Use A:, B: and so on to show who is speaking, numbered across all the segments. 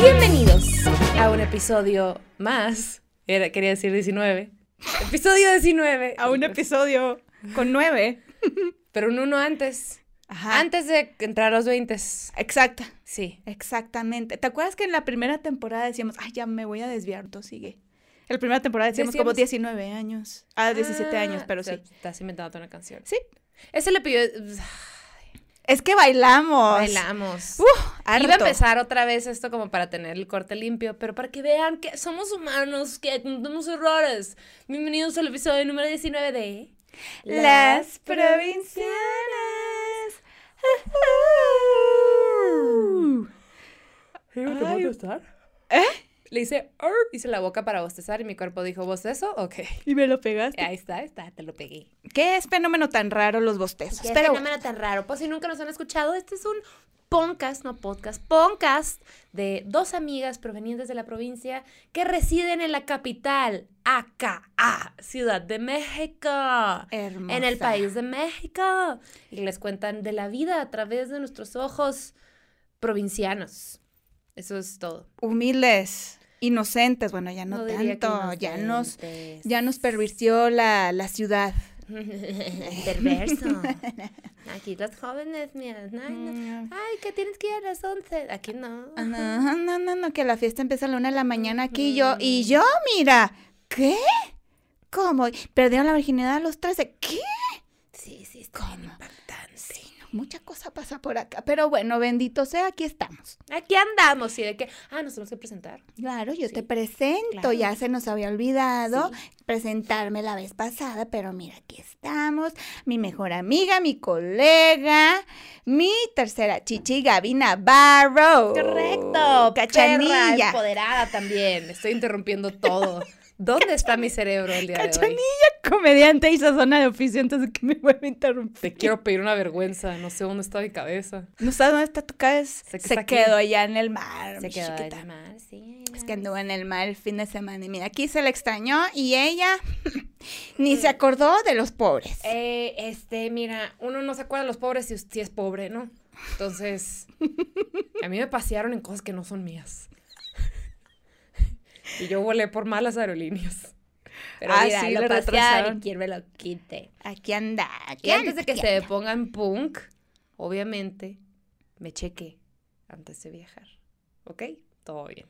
A: Bienvenidos a un episodio más. Era- quería decir 19. Episodio 19.
B: a un episodio con nueve.
A: Pero un uno antes.
B: Ajá.
A: Antes de entrar a los 20.
B: Exacta.
A: Sí.
B: Exactamente. ¿Te acuerdas que en la primera temporada decíamos, ay, ya me voy a desviar, tú sigue? En la primera temporada decíamos, como
A: Decíamos-
B: 19 años. Ah, 17 años,
A: Ah,
B: pero
A: o sea,
B: sí.
A: Estás inventando una canción.
B: Sí.
A: Ese le pidió.
B: Es que bailamos.
A: Bailamos.
B: Uh, harto.
A: Iba a empezar otra vez esto como para tener el corte limpio, pero para que vean que somos humanos, que cometemos errores. Bienvenidos al episodio número 19 de
B: Las provincianas. Ay.
A: Le hice, "Arr", hice la boca para bostezar y mi cuerpo dijo, ¿bostezo? Ok.
B: Y me lo pegaste.
A: Ahí está, ahí está, te lo pegué.
B: ¿Qué es fenómeno tan raro los bostezos?
A: Qué
B: Pero
A: fenómeno tan raro. Pues si nunca nos han escuchado, este es un podcast, no podcast, podcast de dos amigas provenientes de la provincia que residen en la capital, acá, Ciudad de México.
B: hermosa.
A: En el país de México. Y les cuentan de la vida a través de nuestros ojos provincianos. Eso es todo.
B: humildes, inocentes, bueno, ya no,
A: diría que
B: tanto, ya nos
A: inocentes.
B: ya nos pervirtió la, la ciudad.
A: Perverso. Aquí los jóvenes, mira. Ay, no. Ah,
B: Mm. Ah,
A: Ay, que tienes que ir a las 11. Aquí no.
B: No, no, no, no, que la fiesta empieza a la una de la mañana aquí y yo, y yo, mira, ¿qué? ¿Cómo? Perdieron la virginidad a los 13, ¿qué?
A: Sí, sí, es bien impactante.
B: Sí, no, mucha cosa pasa por acá, pero bueno, bendito sea, aquí estamos.
A: Aquí andamos y de que, ah, nos tenemos que presentar.
B: Claro, yo te
A: Sí,
B: presento,
A: claro.
B: ya se nos había olvidado presentarme la vez pasada, pero mira, aquí estamos, mi mejor amiga, mi colega, mi tercera chichi, Gaby Navarro.
A: Correcto.
B: Oh, Cachanilla.
A: perra empoderada también. Estoy interrumpiendo todo. ¿Dónde está mi cerebro el día de hoy?
B: Cachanilla. Comediante y sazona de oficio entonces que me vuelve a interrumpir.
A: Te quiero pedir una vergüenza. No sé dónde está mi cabeza.
B: No sabes dónde está tu cabeza.
A: Sé
B: Se,
A: que está aquí.
B: quedó allá en el mar.
A: Se
B: mi
A: quedó
B: chiquita.
A: en el mar, sí.
B: Es que anduvo en el mar el fin de semana y mira, aquí se le extrañó y ella ni
A: Mm.
B: se acordó de los pobres.
A: Eh, este, mira, uno no se acuerda de los pobres si, si es pobre, ¿no? Entonces, a mí me pasearon en cosas que no son mías. Y yo volé por malas aerolíneas. Pero
B: Ah,
A: mira,
B: sí,
A: lo
B: lo
A: pasearon
B: retrasaron.
A: y quién me lo quite.
B: Aquí anda, aquí
A: Y antes
B: anda,
A: de que
B: aquí
A: se
B: anda.
A: pongan punk, obviamente, me chequé antes de viajar. ¿Ok? Todo bien.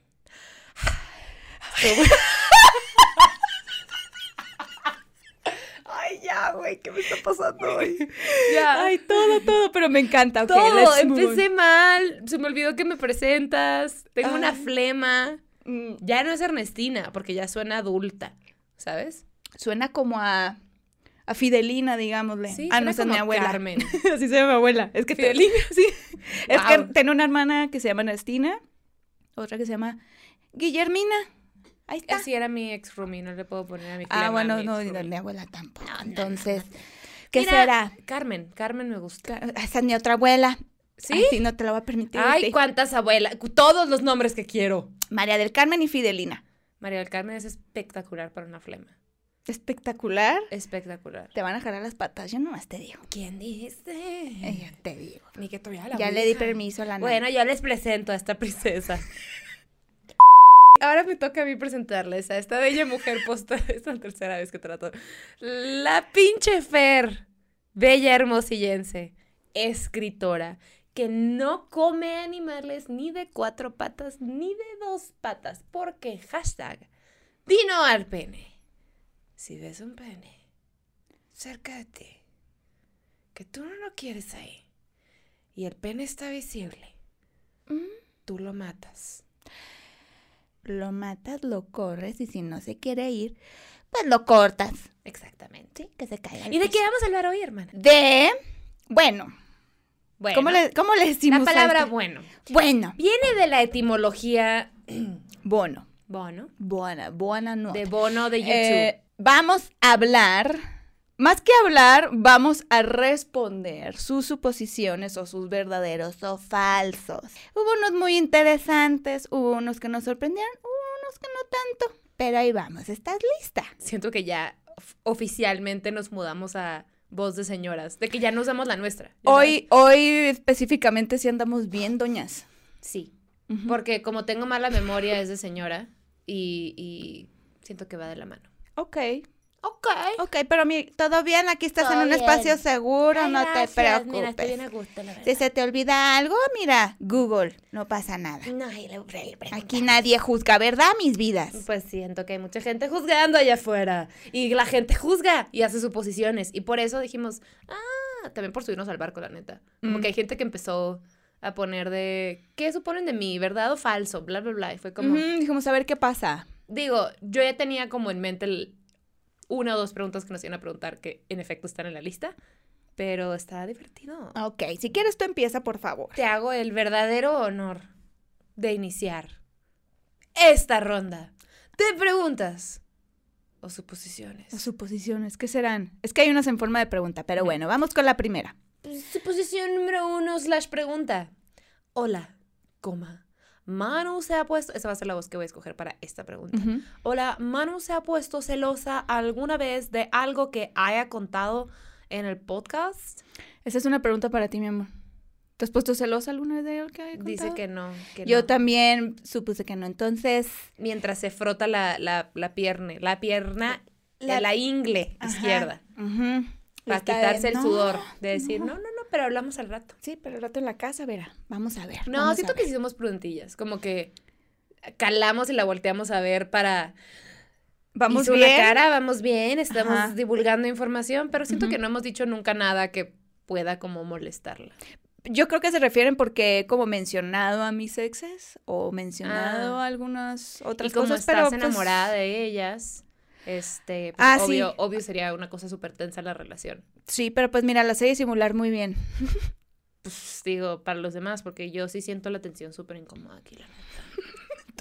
B: Ay, ya, güey, ¿qué me está pasando hoy?
A: Ya.
B: Ay, todo, todo, pero me encanta. ok,
A: todo,
B: let's move
A: empecé mal, se me olvidó que me presentas, tengo una
B: Ay.
A: flema.
B: on. Mm,
A: Ya no es Ernestina, porque ya suena adulta, ¿sabes?
B: Suena como a, a Fidelina, digámosle.
A: Sí,
B: ah,
A: suena
B: no, esa es
A: como
B: mi abuela.
A: Carmen.
B: Así se llama mi abuela. Es que te-
A: Fidelina.
B: sí. Es que
A: Wow.
B: tengo una hermana que se llama Ernestina, otra que se llama Guillermina. Ahí está.
A: Así era mi ex roomie, no le puedo poner a mi flema
B: ah,
A: a
B: bueno,
A: mi
B: no,
A: ex-roomie.
B: no, mi abuela tampoco. Entonces, ¿qué
A: Mira,
B: será?
A: Carmen, Carmen me gusta.
B: Claro, Esa es mi otra abuela.
A: ¿Sí?
B: Así no te la voy a permitir.
A: Ay,
B: sí.
A: cuántas abuelas, cu- todos los nombres que quiero.
B: María del Carmen y Fidelina.
A: María del Carmen es espectacular para una flema.
B: Espectacular.
A: Espectacular.
B: Te van a jalar las patas, yo nomás te digo.
A: ¿Quién dice?
B: Ella te digo.
A: Ni que todavía Eh, la
B: ya le di
A: ouija.
B: permiso a la nana.
A: Bueno, yo les presento a esta princesa. Ahora me toca a mí presentarles a esta bella mujer posta. Es la tercera vez que trato. La pinche Fer, bella hermosillense, escritora, que no come animales ni de cuatro patas ni de dos patas. Porque hashtag, dino al pene. Si ves un pene cerca de ti, que tú no lo quieres ahí, y el pene está visible, Mm. tú lo matas.
B: Lo matas, lo corres y si no se quiere ir, pues lo cortas.
A: Exactamente.
B: Sí, que se caiga. el
A: ¿Y de
B: piso.
A: qué vamos a hablar hoy, hermana?
B: De, bueno,
A: Bueno,
B: ¿cómo, le, ¿cómo le decimos?
A: la
B: a
A: palabra
B: esto?
A: bueno
B: bueno.
A: viene de la etimología
B: Bono.
A: bono,
B: Buena, buena nota.
A: de bono de YouTube.
B: Eh, vamos a hablar, más que hablar, vamos a responder sus suposiciones o sus verdaderos o falsos. Hubo unos muy interesantes, hubo unos que nos sorprendieron, hubo unos que no tanto. Pero ahí vamos, ¿estás lista?
A: Siento que ya f- oficialmente nos mudamos a voz de señoras, de que ya nos damos la nuestra. ya
B: Hoy, hoy específicamente sí andamos bien, doñas.
A: sabes. Sí,
B: Ujú.
A: porque como tengo mala memoria es de señora y, y siento que va de la mano.
B: Ok,
A: Ok.
B: ok, pero mi, todo bien, aquí estás en
A: Todo
B: un
A: bien.
B: espacio seguro, no te preocupes.
A: Mira, estoy bien a gusto, la
B: Si
A: verdad.
B: se te olvida algo, mira, Google, no pasa nada.
A: No, y le- le- le-
B: Aquí nadie juzga, ¿verdad, mis vidas?
A: Pues siento que hay mucha gente juzgando allá afuera. Y la gente juzga y hace suposiciones. Y por eso dijimos, ah, también por subirnos al barco, la neta. Como
B: Mm.
A: que hay gente que empezó a poner de, ¿qué suponen de mí? ¿Verdad o falso? Bla, bla, bla. Y fue como,
B: Ujú, dijimos, a ver qué pasa.
A: digo, yo ya tenía como en mente el- una o dos preguntas que nos iban a preguntar que en efecto están en la lista. Pero está divertido.
B: Ok, si quieres tú empieza, por favor.
A: Te hago el verdadero honor de iniciar esta ronda de preguntas o suposiciones.
B: Las suposiciones, ¿qué serán? Es que hay unas en forma de pregunta, pero bueno, vamos con la primera.
A: Suposición número uno slash pregunta. Hola, coma. Manu se ha puesto... Esa va a ser la voz que voy a escoger para esta pregunta.
B: Ujú.
A: Hola, Manu se ha puesto celosa alguna vez de algo que haya contado en el podcast.
B: Esa es una pregunta para ti, mi amor. ¿Te has puesto celosa alguna vez de él que haya
A: Dice
B: contado?
A: que no. que
B: Yo
A: no.
B: también supuse que no, entonces...
A: Mientras se frota la, la, la pierna, la pierna, la,
B: La-
A: ingle
B: Ajá.
A: izquierda.
B: Ujú.
A: Para
B: Está de,
A: quitarse el
B: "No,
A: sudor. De decir, no, no, no, pero hablamos al rato.
B: Sí, pero el rato en la casa, verá. Vamos a ver.
A: No,
B: vamos a
A: siento que
B: ver.
A: sí somos prudentillas, como que calamos y la volteamos a ver para
B: Vamos
A: hizo
B: bien.
A: una cara, vamos bien, estamos
B: Ajá.
A: divulgando información, pero siento
B: Ujú.
A: que no hemos dicho nunca nada que pueda como molestarla.
B: Yo creo que se refieren porque he como mencionado a mis exes o mencionado
A: Ah.
B: algunas otras
A: y como
B: cosas,
A: estás
B: pero pues,
A: enamorada de ellas, este, pues,
B: Ah, sí.
A: obvio, obvio sería una cosa súper tensa la relación.
B: Sí, pero pues mira, la sé disimular muy bien.
A: Pues, digo, para los demás, porque yo sí siento la tensión súper incómoda aquí, la neta.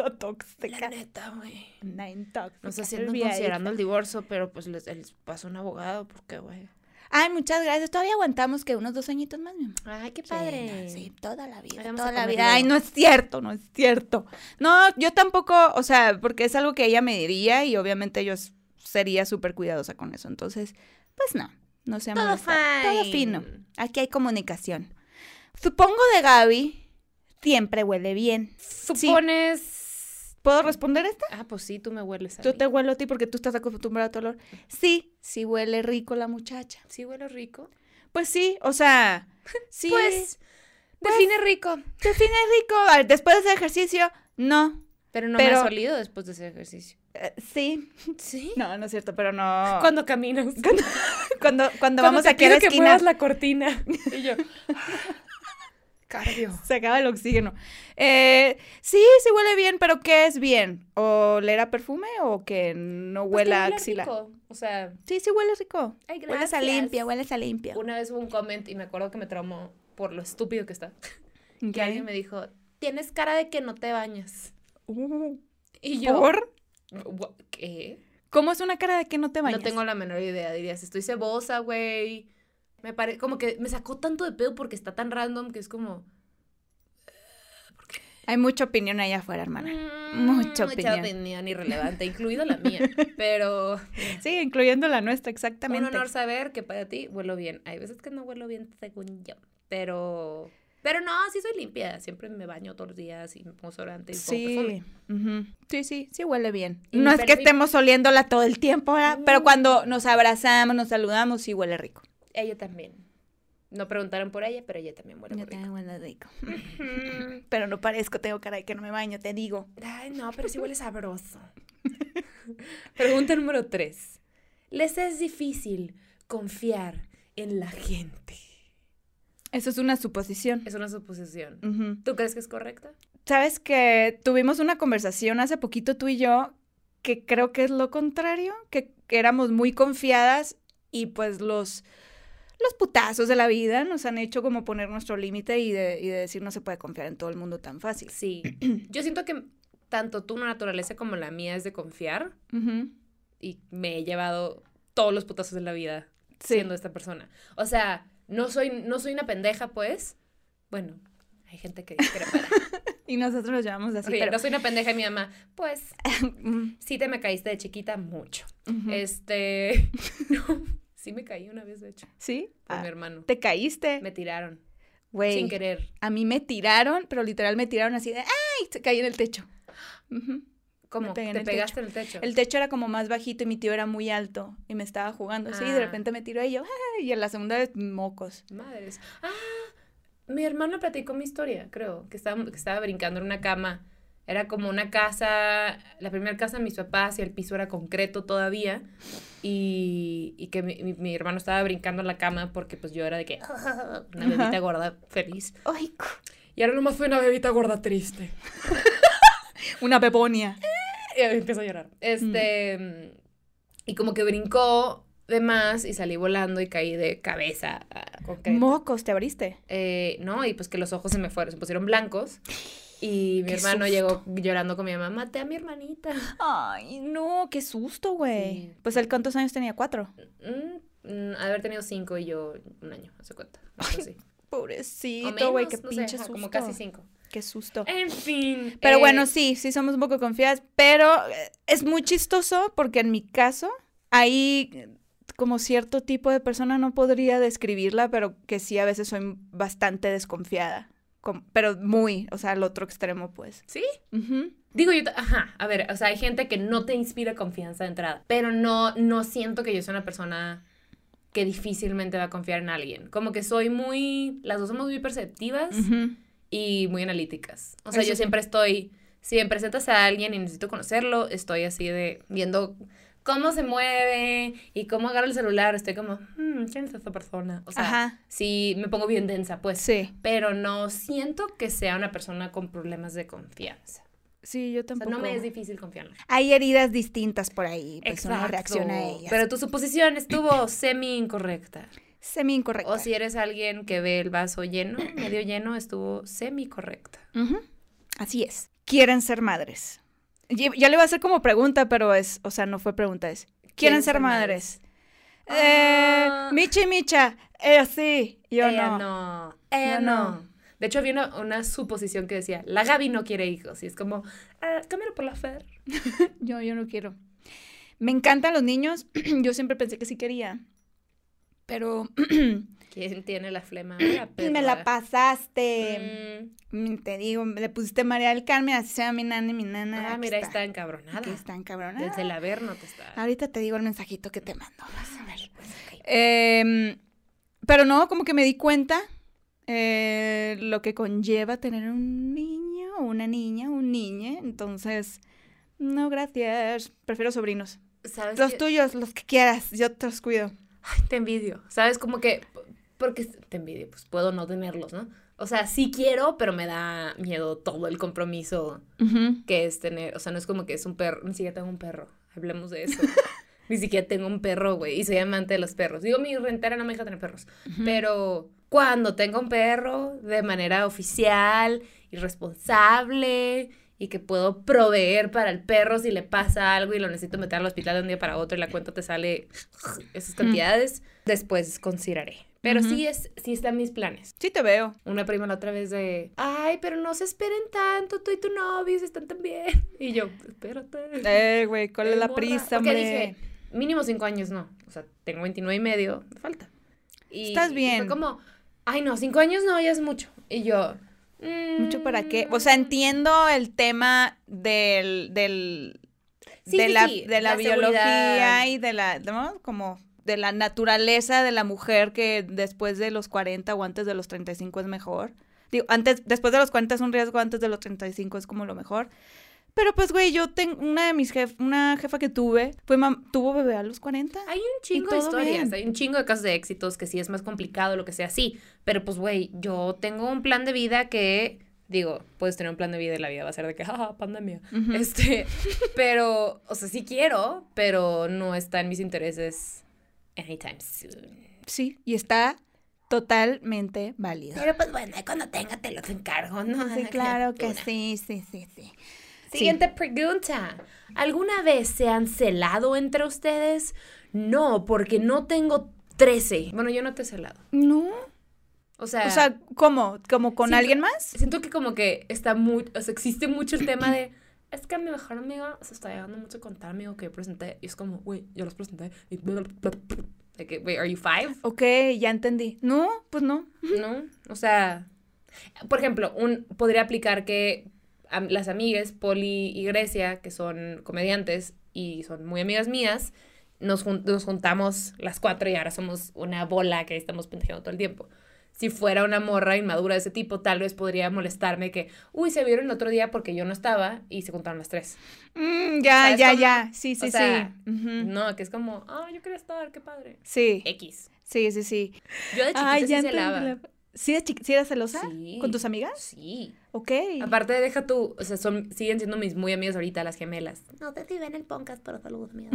A: La
B: tóxica.
A: neta, güey.
B: Nine tóxica.
A: No sé si andan
B: olvidadita.
A: considerando el divorcio, pero pues les, les pasó un abogado, porque, güey.
B: Ay, muchas gracias. Todavía aguantamos que unos dos añitos más, mi amor.
A: Ay, qué
B: Sí,
A: padre.
B: no, Sí, toda la vida.
A: Ahí vamos a
B: Toda la
A: comer
B: vida. Ay,
A: luego.
B: no es cierto, no es cierto. No, yo tampoco, o sea, porque es algo que ella me diría y obviamente yo s- sería súper cuidadosa con eso. Entonces, pues no, no se
A: Todo
B: molesta. Todo
A: fine.
B: fino. Aquí hay comunicación. Supongo de Gaby siempre huele bien.
A: Supones.
B: ¿Puedo responder esta?
A: Ah, pues sí, tú me hueles a
B: Yo
A: mí.
B: te huelo a ti porque tú estás acostumbrada a tu olor. Sí, sí huele rico la muchacha.
A: Sí huele rico.
B: Pues sí, o sea, sí.
A: Pues, define rico.
B: define rico. A ver, Después de ese ejercicio, no.
A: Pero no me
B: Pero-
A: has olido después de ese ejercicio.
B: Eh, sí.
A: ¿Sí?
B: No, no es cierto, pero no.
A: Cuando caminas. Cuando,
B: Cuando, cuando vamos
A: te
B: aquí a la
A: pido que
B: esquina,
A: muevas la cortina. Pues Y yo. Cardio.
B: se acaba el oxígeno. Eh, sí, sí huele bien, pero ¿qué es bien? ¿O le era perfume o Pues que no huela a axila?
A: O sea,
B: Sí, sí huele rico.
A: ay, gracias.
B: Hueles a limpia, hueles a limpia.
A: Una vez hubo un comment y me acuerdo que me traumó por lo estúpido que está. Que alguien me dijo, tienes cara de que no te bañas.
B: Uh,
A: Y yo,
B: ¿Por?
A: "Wha- ¿qué?
B: ¿Cómo es una cara de que no te bañas?
A: No tengo la menor idea, dirías, estoy cebosa, güey. Me parece, como que me sacó tanto de pedo porque está tan random que es como...
B: Hay mucha opinión allá afuera, hermana.
A: mm,
B: Mucha opinión.
A: opinión irrelevante, incluida la mía. Pero
B: Ah. Sí, incluyendo la nuestra,
A: un
B: exactamente.
A: honor saber que para ti huelo bien. Hay veces que no huelo bien según yo, pero... Pero no, sí soy limpia. Siempre me baño todos los días y me pongo desodorante y me pongo perfume.
B: Sí. ujú. Sí, sí, sí huele bien.
A: Y
B: no
A: mi
B: es que
A: perfil-
B: estemos oliéndola todo el tiempo, ¿verdad? Pero
A: Mm.
B: cuando nos abrazamos, nos saludamos, sí huele rico.
A: Ella también. No preguntaron por ella, pero ella también huele muy rico.
B: huele rico. Pero no parezco, tengo cara de que no me baño, te digo.
A: Ay, no, pero sí huele sabroso. Pregunta número tres. ¿Les es difícil confiar en la gente?
B: Eso es una suposición.
A: Es una suposición.
B: Ujú.
A: ¿Tú crees que es correcta?
B: Sabes que tuvimos una conversación hace poquito tú y yo que creo que es lo contrario, que, que éramos muy confiadas y pues los, los putazos de la vida nos han hecho como poner nuestro límite y de, y de decir no se puede confiar en todo el mundo tan fácil.
A: Sí. Yo siento que tanto tu naturaleza como la mía es de confiar
B: Ujú.
A: y me he llevado todos los putazos de la vida
B: Sí.
A: siendo esta persona. O sea, no soy, no soy una pendeja, pues. Bueno, hay gente que dice que era para.
B: Y nosotros los llamamos así.
A: Ok,
B: pero...
A: No soy una pendeja de mi mamá. Pues sí te me caíste de chiquita mucho.
B: Ujú.
A: Este, no, sí me caí una vez, de hecho,
B: ¿Sí?
A: con
B: Ah,
A: mi hermano.
B: Te caíste.
A: Me tiraron, sin
B: Güey.
A: querer.
B: A mí me tiraron, pero literal me tiraron así de ¡ay! Se caí en el techo. Ujú.
A: ¿Cómo?
B: pegué en
A: ¿Te
B: el
A: pegaste en el techo?
B: El techo era como más bajito y mi tío era muy alto y me estaba jugando así y de
A: Ah.
B: repente me tiró y yo ¡ay! Y a la segunda vez mocos.
A: Madres. Ah, mi hermana platicó mi historia, creo, que estaba, que estaba brincando en una cama. Era como una casa, la primera casa de mis papás y el piso era concreto todavía. Y, y que mi, mi- mi hermano estaba brincando en la cama porque pues yo era de que una bebita gorda feliz.
B: ¡Ay! cu-
A: Y ahora nomás fue una bebita gorda triste.
B: Una peponia.
A: Y ahí empiezo a llorar. Este, y como que brincó de más y salí volando y caí de cabeza a concreto.
B: Mocos, te abriste.
A: Eh, no, y pues que los ojos se me fueron, se pusieron blancos. Y mi
B: Qué
A: hermano
B: susto.
A: llegó llorando con mi mamá, maté a mi hermanita.
B: Ay, no, qué susto, güey.
A: Sí.
B: Pues él cuántos años tenía, cuatro.
A: Mm, mm, haber tenido cinco y yo un año, hace cuenta. algo así. O
B: Pobrecito,
A: menos,
B: güey, qué
A: no sé,
B: pinche
A: ajá,
B: susto.
A: Como casi cinco.
B: Qué susto.
A: En fin.
B: Pero
A: eh,
B: bueno, sí, sí somos un poco confiadas, pero eh, es muy chistoso porque en mi caso hay eh, como cierto tipo de persona, no podría describirla, pero que sí a veces soy bastante desconfiada, com- pero muy, o sea, al otro extremo pues.
A: ¿Sí?
B: Ujú.
A: Digo yo, ta- ajá, a ver, o sea, hay gente que no te inspira confianza de entrada, pero no, no siento que yo sea una persona que difícilmente va a confiar en alguien. Como que soy muy, las dos somos muy perceptivas
B: Ujú.
A: y muy analíticas. O sea,
B: Eso
A: yo
B: sí.
A: siempre estoy, si me presentas a alguien y necesito conocerlo, estoy así de viendo cómo se mueve y cómo agarra el celular, estoy como, "Hmm, ¿quién es esta persona? O sea,
B: Ajá.
A: sí, me pongo bien densa, pues.
B: Sí,
A: Pero no siento que sea una persona con problemas de confianza.
B: sí, yo
A: O sea,
B: tampoco.
A: no me es difícil confiarla.
B: Hay heridas distintas por ahí, pues uno reacciona a ellas.
A: Pero tu suposición estuvo semi incorrecta.
B: Semi incorrecta.
A: O si eres alguien que ve el vaso lleno, medio lleno, estuvo semi correcta.
B: Ujú. Así es. Quieren ser madres. Y- Ya le voy a hacer como pregunta, pero es, o sea, no fue pregunta, es. ¿Quieren, ser, madres?
A: Ah.
B: Eh, Micha y Micha, ella sí, yo
A: Ella
B: no.
A: no. Ella
B: Yo no.
A: no. De hecho, había una, una suposición que decía, la Gaby no quiere hijos. Y es como, ah, cámbialo por la Fer.
B: Yo, yo no quiero. Me encantan los niños, yo siempre pensé que sí quería, pero
A: ¿Quién tiene la flema? La
B: me la
A: perra.
B: pasaste.
A: Mm.
B: Mm, Te digo, le pusiste María del Carmen, así se llama mi nana y mi nana.
A: Ah,
B: aquí
A: mira, ahí está
B: está.
A: encabronada.
B: Aquí están, cabrona.
A: Desde el averno te está. Pues,
B: Ahorita te digo el mensajito que te mando, vas a ver.
A: Ok.
B: Em, pero no, como que me di cuenta eh, lo que conlleva tener un niño o una niña, un niñe. Entonces, no, gracias. Prefiero sobrinos.
A: ¿Sabes
B: Los
A: qué?
B: tuyos, los que quieras, yo te los cuido.
A: te envidio, ¿sabes? Como que, porque te envidio, pues puedo no tenerlos, ¿no? O sea, sí quiero, pero me da miedo todo el compromiso que es tener, o sea, no es como que es un perro, ni siquiera tengo un perro, hablemos de eso. ni siquiera tengo un perro, güey, y soy amante de los perros. Digo, mi rentera no me deja tener perros, pero cuando tenga un perro de manera oficial y responsable y que puedo proveer para el perro si le pasa algo y lo necesito meter al hospital de un día para otro y la cuenta te sale esas cantidades, después consideraré. Pero
B: Ujú.
A: sí es sí están mis planes.
B: Sí te veo.
A: Una prima la otra vez de, ay, pero no se esperen tanto, tú y tu novio se están tan bien. Y yo, espérate.
B: Eh, güey, ¿cuál
A: Eh,
B: es la
A: morra.
B: prisa,
A: Porque
B: hombre?
A: dije, mínimo cinco años no. O sea, tengo 29 y medio, me falta. Y,
B: Estás
A: y
B: bien.
A: fue como, ay, no, cinco años no, ya es mucho. Y yo, mm,
B: ¿Mucho para qué? O sea, entiendo el tema del... del
A: Sí,
B: de,
A: sí,
B: la,
A: sí,
B: de la,
A: la
B: biología
A: seguridad.
B: y de la, ¿no? Como de la naturaleza de la mujer que después de los 40 o antes de los 35 es mejor. Digo, antes, después de los 40 es un riesgo, antes de los 35 es como lo mejor. Pero pues, güey, yo tengo una de mis jef, una jefa que tuve, fue mam- tuvo bebé a los 40.
A: Hay un chingo de
B: todo
A: historias,
B: bien.
A: hay un chingo de casos de éxitos que sí es más complicado, lo que sea, sí. Pero pues, güey, yo tengo un plan de vida que, digo, puedes tener un plan de vida y la vida va a ser de que, ah, pandemia.
B: Ujú.
A: Este, pero, o sea, sí quiero, pero no está en mis intereses anytime soon.
B: Sí, y está totalmente válido.
A: Pero pues bueno, ahí cuando tenga te los encargo, ¿no?
B: Sí, claro que
A: Criatura.
B: sí, sí, sí, sí.
A: Siguiente pregunta. ¿Alguna vez se han celado entre ustedes? No, porque no tengo 13. Bueno, yo no te he celado.
B: No,
A: O sea,
B: O sea, ¿cómo? ¿Como con
A: Sí,
B: alguien más?
A: siento que como que está muy, o sea, existe mucho el tema de, es que mi mejor amiga se está llegando mucho con tal amigo que yo presenté, y es como, güey, yo los presenté, y bla, bla, bla, bla". de que, güey, ¿are you five?
B: Ok, ya entendí. No, pues no.
A: ¿No? O sea, por ejemplo, un, podría aplicar que am- las amigas, Poli y Grecia, que son comediantes y son muy amigas mías, nos, jun- nos juntamos las cuatro y ahora somos una bola que estamos pendejeando todo el tiempo. Si fuera una morra inmadura de ese tipo, tal vez podría molestarme que, uy, se vieron el otro día porque yo no estaba y se juntaron las tres.
B: Mm, ya,
A: ¿Sabes
B: ya,
A: cómo?
B: ya. Sí, sí,
A: sea,
B: sí. Ujú.
A: No, que es como, ah, yo quería estar, qué padre.
B: Sí,
A: X.
B: sí, sí, sí.
A: Yo de chiquita
B: Ay,
A: sí
B: ya
A: se
B: entendí
A: lava.
B: la- ¿Sí eras chiqui- sí eras celosa?
A: Sí.
B: ¿Con tus amigas?
A: Sí.
B: Ok.
A: Aparte, deja tú, o sea, son, siguen siendo mis muy amigas ahorita, las gemelas.
C: No te si ven el podcast, pero saludos, miedo.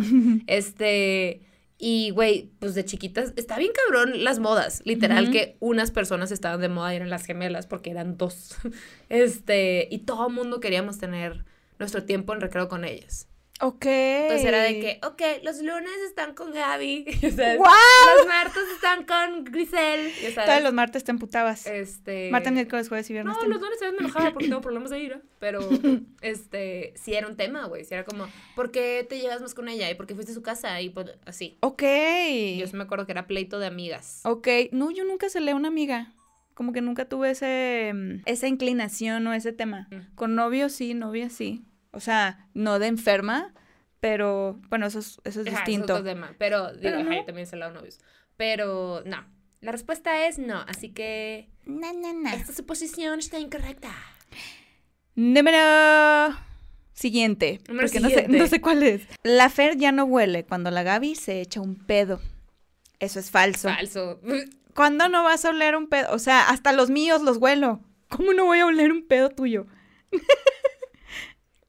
A: Este, y güey, pues de chiquitas, está bien cabrón las modas. Literal,
B: Ujú.
A: que unas personas estaban de moda y eran las gemelas porque eran dos. Este, y todo el mundo queríamos tener nuestro tiempo en recreo con ellas.
B: Ok.
A: Entonces pues era de que, ok, los lunes están con Gaby, ya sabes,
B: ¡Guau!
A: los martes están con Grisel, ya sabes.
B: Todos los martes te emputabas.
A: Este,
B: Martes, miércoles, jueves y viernes.
A: No,
B: te-
A: los dones a veces me enojaba porque tengo problemas de ira, pero este, sí era un tema, güey, sí era como, ¿por qué te llevas más con ella? ¿Y por qué fuiste a su casa? Y pues, así.
B: Ok.
A: Yo sí me acuerdo que era pleito de amigas.
B: Ok. No, yo nunca celé a una amiga. Como que nunca tuve ese, mm, esa inclinación o ese tema.
A: Mm.
B: Con novio sí, novia sí. O sea, no de enferma, pero bueno, eso es, eso es
A: Ajá,
B: distinto.
A: Es otro tema, pero digo,
B: Pero
A: ajá,
B: no.
A: yo también soy lado novios. Pero no, la respuesta es no, así que
C: Na, na, na.
A: esta suposición está incorrecta.
B: Número siguiente.
A: Número
B: porque No, sé,
A: siguiente.
B: no sé cuál es. La Fer ya no huele cuando la Gaby se echa un pedo. Eso es falso.
A: Falso.
B: ¿Cuándo no vas a oler un pedo? O sea, hasta los míos los huelo. ¿Cómo no voy a oler un pedo tuyo?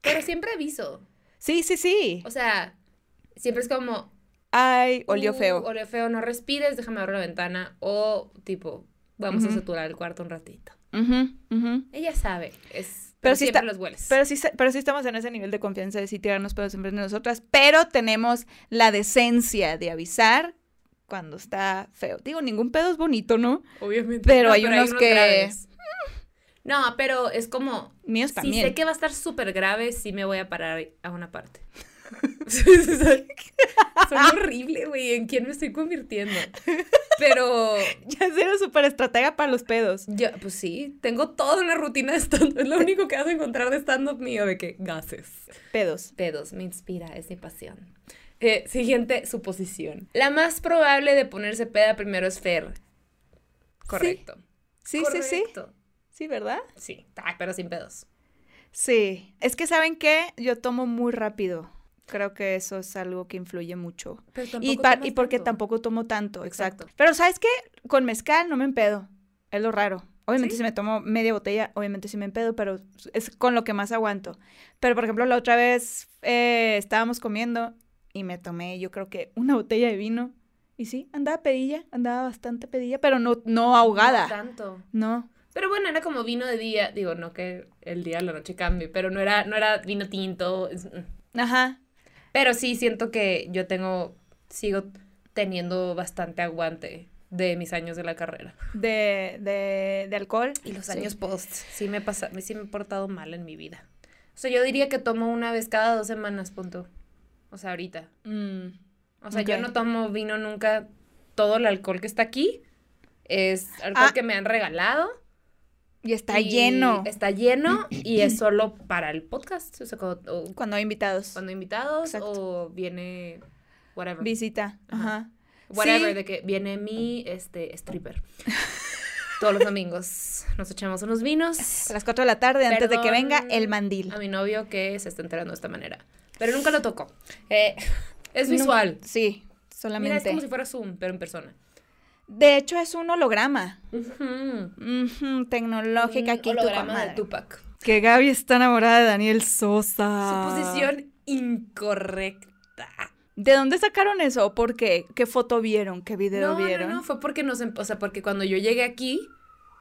A: Pero siempre aviso.
B: Sí, sí, sí.
A: O sea, siempre es como,
B: Ay, olió
A: "Uh,
B: feo.
A: Olió feo, no respires, déjame abrir la ventana. O tipo, vamos a
B: Ujú.
A: saturar el cuarto un ratito.
B: Ujú, ujú.
A: Ella sabe, es, pero,
B: sí
A: siempre
B: está-
A: los hueles.
B: Pero sí, se- pero sí estamos en ese nivel de confianza de sí tirarnos pedos siempre de nosotras, pero tenemos la decencia de avisar cuando está feo. Digo, ningún pedo es bonito, ¿no?
A: Obviamente.
B: pero hay unos que-
A: graves. No, pero es como,
B: Míos
A: si
B: también.
A: sé que va a estar súper grave, sí me voy a parar a una parte. Soy horrible, güey, ¿en quién me estoy convirtiendo? Pero
B: Ya eres súper estratega para los pedos.
A: yo, pues sí, tengo toda una rutina de stand-up. Es lo único que vas a encontrar de stand-up mío, de que gases.
B: Pedos.
A: pedos, me inspira, es mi pasión. Eh, siguiente suposición. La más probable de ponerse peda primero es Fer. Correcto.
B: Sí, sí, sí.
A: Correcto.
B: Sí, ¿verdad?
A: Sí, ah, pero sin pedos.
B: Sí. Es que saben que yo tomo muy rápido. Creo que eso es algo que influye mucho. Y, pa- y porque tampoco tomo tanto, exacto.
A: Exacto.
B: Pero ¿sabes qué? Con mezcal no me empedo. Es lo raro. Obviamente
A: ¿Sí?
B: si me tomo media botella, obviamente sí me empedo, pero es con lo que más aguanto. Pero por ejemplo, la otra vez eh, estábamos comiendo y me tomé yo creo que una botella de vino. Y sí, andaba pedilla, andaba bastante pedilla, pero no, no
A: No
B: ahogada.
A: tanto.
B: No.
A: Pero bueno, era como vino de día. Digo, no que el día a la noche cambie, pero no era, no era vino tinto. es- mm.
B: Ajá.
A: Pero sí siento que yo tengo, sigo teniendo bastante aguante de mis años de la carrera.
B: De, de, de alcohol.
A: Y los
B: Sí.
A: años post, sí me, pasa, sí me he portado mal en mi vida. O sea, yo diría que tomo una vez cada dos semanas, punto. O sea, ahorita.
B: Mm.
A: O sea, yo
B: Ok.
A: no tomo vino nunca. Todo el alcohol que está aquí es alcohol
B: Ah.
A: que me han regalado.
B: Y está
A: y
B: lleno
A: Está lleno y es solo para el podcast. O sea, cuando, o
B: cuando hay invitados.
A: cuando invitados
B: Exacto.
A: o viene whatever.
B: Visita.
A: Ajá.
B: Ajá.
A: Whatever,
B: Sí.
A: de que viene mi este, stripper. Todos los domingos nos echamos unos vinos.
B: A las 4 de la tarde, antes de que venga
A: Perdón
B: el mandil.
A: a mi novio que se está enterando de esta manera. Pero nunca lo tocó. Eh, es
B: No,
A: visual.
B: sí,
A: Mira, es
B: solamente.
A: como si fuera Zoom, pero en persona.
B: De hecho, es un holograma.
A: Ujú.
B: Ujú, tecnológica
A: Un
B: aquí. tu
A: holograma
B: comadre.
A: de Tupac.
B: Que Gaby está enamorada de Daniel Sosa.
A: Suposición incorrecta.
B: ¿De dónde sacaron eso? ¿Por qué? ¿Qué foto vieron? ¿Qué video
A: No, no,
B: vieron?
A: no, fue porque nos, em- o sea, porque cuando yo llegué aquí,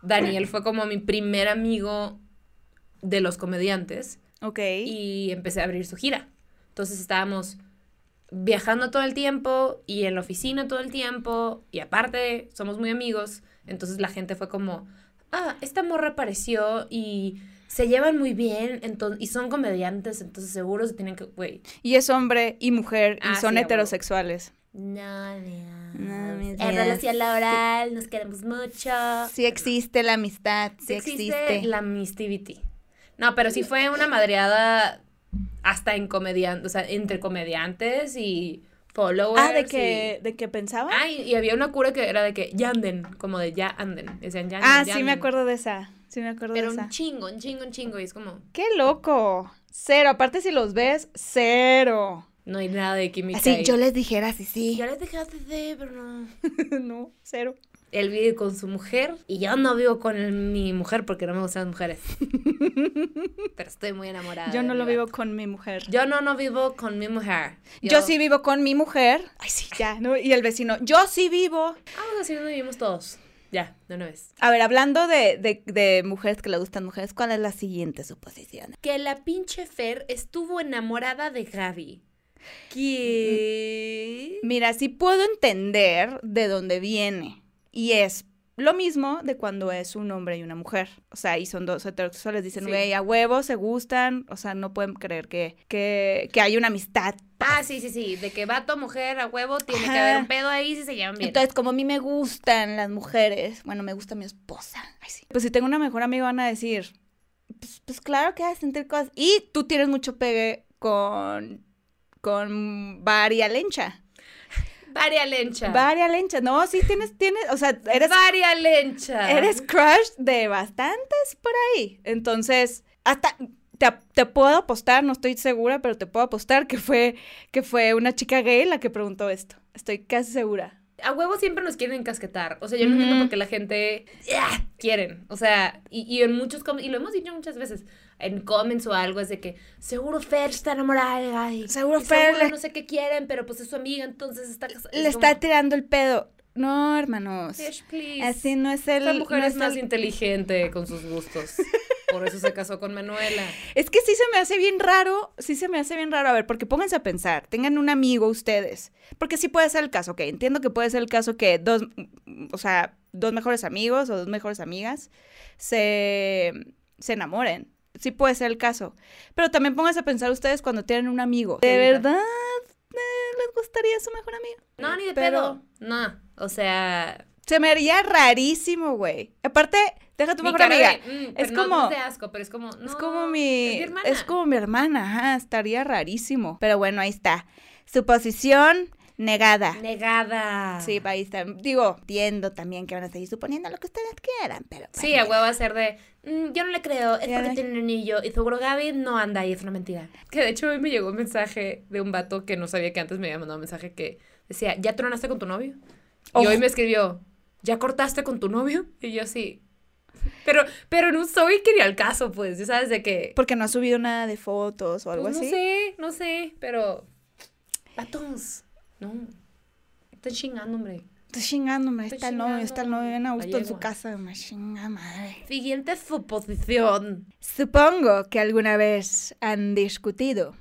A: Daniel fue como mi primer amigo de los comediantes
B: Ok.
A: y empecé a abrir su gira. Entonces estábamos viajando todo el tiempo y en la oficina todo el tiempo y aparte somos muy amigos, entonces la gente fue como, ah, esta morra apareció y se llevan muy bien entonces, y son comediantes, entonces seguro se tienen que, güey,
B: Y es hombre y mujer y
A: Ah,
B: son
A: sí, a huevo.
B: heterosexuales.
C: No, Dios.
B: No, mis
C: En
B: Dios.
C: relación laboral, nos queremos mucho.
B: Sí existe la amistad, sí,
A: sí
B: existe.
A: la mistivity. No, pero sí fue una madreada hasta en comediantes, o sea, entre comediantes y followers.
B: Ah, de que, de que pensaba.
A: y- Ah, y, y había una cura que era de que ya anden, como de ya anden. Decían ya anden.
B: Ah,
A: ya
B: sí me
A: anden".
B: acuerdo de esa. Sí me acuerdo
A: Pero
B: de
A: un
B: esa.
A: chingo, un chingo, un chingo. Y es como,
B: Qué loco. Cero. Aparte si los ves, cero.
A: no hay nada de química.
B: Así
A: ahí.
B: yo les dijera así, sí.
C: Yo les dejé de, pero no.
B: no, cero.
A: Él vive con su mujer y yo no vivo con el- mi mujer porque no me gustan las mujeres. pero estoy muy enamorada.
B: Yo
A: de
B: no
A: mi
B: lo vivo
A: vato.
B: con mi mujer.
A: Yo no, no vivo con mi mujer.
B: Yo sí vivo con mi mujer. Ay, sí, ya, ¿no? Y el vecino, yo sí vivo.
A: Vamos a decir dónde vivimos todos. Ya, de una vez.
B: A ver, hablando de, de- de mujeres que le gustan mujeres, ¿cuál es la siguiente suposición?
A: Que la pinche Fer estuvo enamorada de Gaby. ¿Qué?
B: Mira, sí puedo entender de dónde viene. Y es lo mismo de cuando es un hombre y una mujer. O sea, y son dos heterosexuales. Dicen,
A: Sí.
B: güey, a huevo, se gustan. O sea, no pueden creer que, que, que hay una amistad.
A: Ah, sí, sí, sí. De que vato, mujer, a huevo, tiene que
B: Ajá.
A: haber un pedo ahí si se llevan bien.
B: Entonces, como a mí me gustan las mujeres, bueno, me gusta mi esposa. Ay, sí. Pues si tengo una mejor amiga, van a decir, pues, pues claro que vas a sentir cosas. Y tú tienes mucho pegue con, con Varia Lencha.
A: Varia lencha.
B: Varia Lencha. No, sí, tienes, tienes, o sea, eres,
A: Varia lencha.
B: eres crush de bastantes por ahí. Entonces, hasta... Te, te puedo apostar, no estoy segura, pero te puedo apostar que fue, que fue una chica gay la que preguntó esto. Estoy casi segura.
A: a huevo siempre nos quieren encasquetar. O sea, yo no
B: Ujú.
A: entiendo por qué la gente ¡ah! quieren. O sea, y, y en muchos com- y lo hemos dicho muchas veces, en comments o algo, es de que seguro Fer está enamorada de Gaby.
B: Seguro
A: Y
B: Fer le-
A: no sé qué quieren, pero pues es su amiga, entonces está casada.
B: le está tirando el pedo. No, hermanos.
A: please.
B: Así no es el.
A: Esta mujer
B: no
A: es
B: el-
A: más inteligente con sus gustos. Por eso se casó con Manuela.
B: Es que sí se me hace bien raro. Sí se me hace bien raro. A ver, porque pónganse a pensar. Tengan un amigo ustedes. Porque sí puede ser el caso, ok. Entiendo que puede ser el caso que dos. mm, O sea, dos mejores amigos o dos mejores amigas se, se enamoren. Sí puede ser el caso. Pero también pónganse a pensar ustedes cuando tienen un amigo. ¿De
A: Ahorita.
B: verdad eh, les gustaría su mejor amigo?
A: No, ni de
B: Pero-
A: pedo. No, o sea...
B: Se me haría rarísimo, güey. Aparte, deja tu
A: mi
B: mejor
A: cara de,
B: amiga.
A: "Mm",
B: es
A: pero no- No
B: como-
A: es de asco, pero es como...
B: Es
A: "No,
B: como mi.
A: Es, mi hermana".
B: Es como mi hermana, ajá, estaría rarísimo. Pero bueno, ahí está. Su posición negada.
A: Negada.
B: Sí, ahí está. Digo, entiendo también que van a seguir suponiendo lo que ustedes quieran, pero.
A: Sí, a huevo va a ser de, "Mm, yo no le creo, es
B: Ya
A: porque
B: ve.
A: tiene un anillo y seguro Gaby no anda ahí, es una mentira. Que de hecho hoy me llegó un mensaje de un vato que no sabía que antes me había mandado un mensaje que decía, ¿ya tronaste con tu novio? Y
B: Ojo.
A: hoy me escribió, ¿ya cortaste con tu novio? Y yo sí. Pero, pero no soy que ni al caso, pues, ya sabes de que...
B: Porque no ha subido nada de fotos o algo
A: pues,
B: así.
A: No sé, no sé, pero... Vatos, no. Están chingando, hombre.
B: Estoy chingándome,
A: Estoy
B: está el novio, está el
A: chingando.
B: novio bien a gusto en su
A: Gallego.
B: casa. Me chinga madre.
A: Siguiente suposición.
B: Supongo que alguna vez han discutido.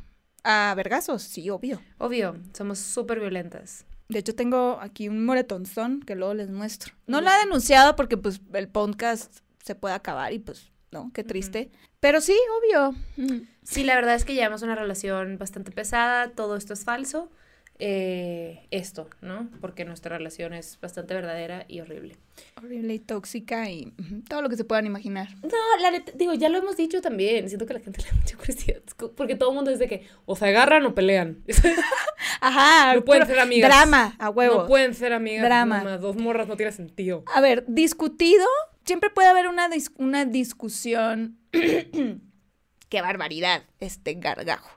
B: A vergazos, sí, obvio.
A: Obvio, somos súper violentas.
B: De hecho, tengo aquí un moretonzón que luego les muestro. No la he denunciado porque, pues, el podcast se puede acabar y, pues, no, qué triste. Pero sí, obvio.
A: Sí, la verdad es que llevamos una relación bastante pesada, todo esto es falso. Eh, esto, ¿no? Porque nuestra relación es bastante verdadera y horrible.
B: Horrible y tóxica y ujú, todo lo que se puedan imaginar.
A: No, la neta, digo, ya lo hemos dicho también. Siento que a la gente le da mucha curiosidad. Es co- Porque todo el mundo es de que o se agarran o pelean.
B: Ajá.
A: No pueden
B: pero-
A: ser amigas.
B: Drama, a huevo.
A: No pueden ser amigas.
B: Drama.
A: nomás, dos morras no tiene sentido.
B: A ver, discutido, siempre puede haber una, dis- una discusión. Qué barbaridad, este gargajo.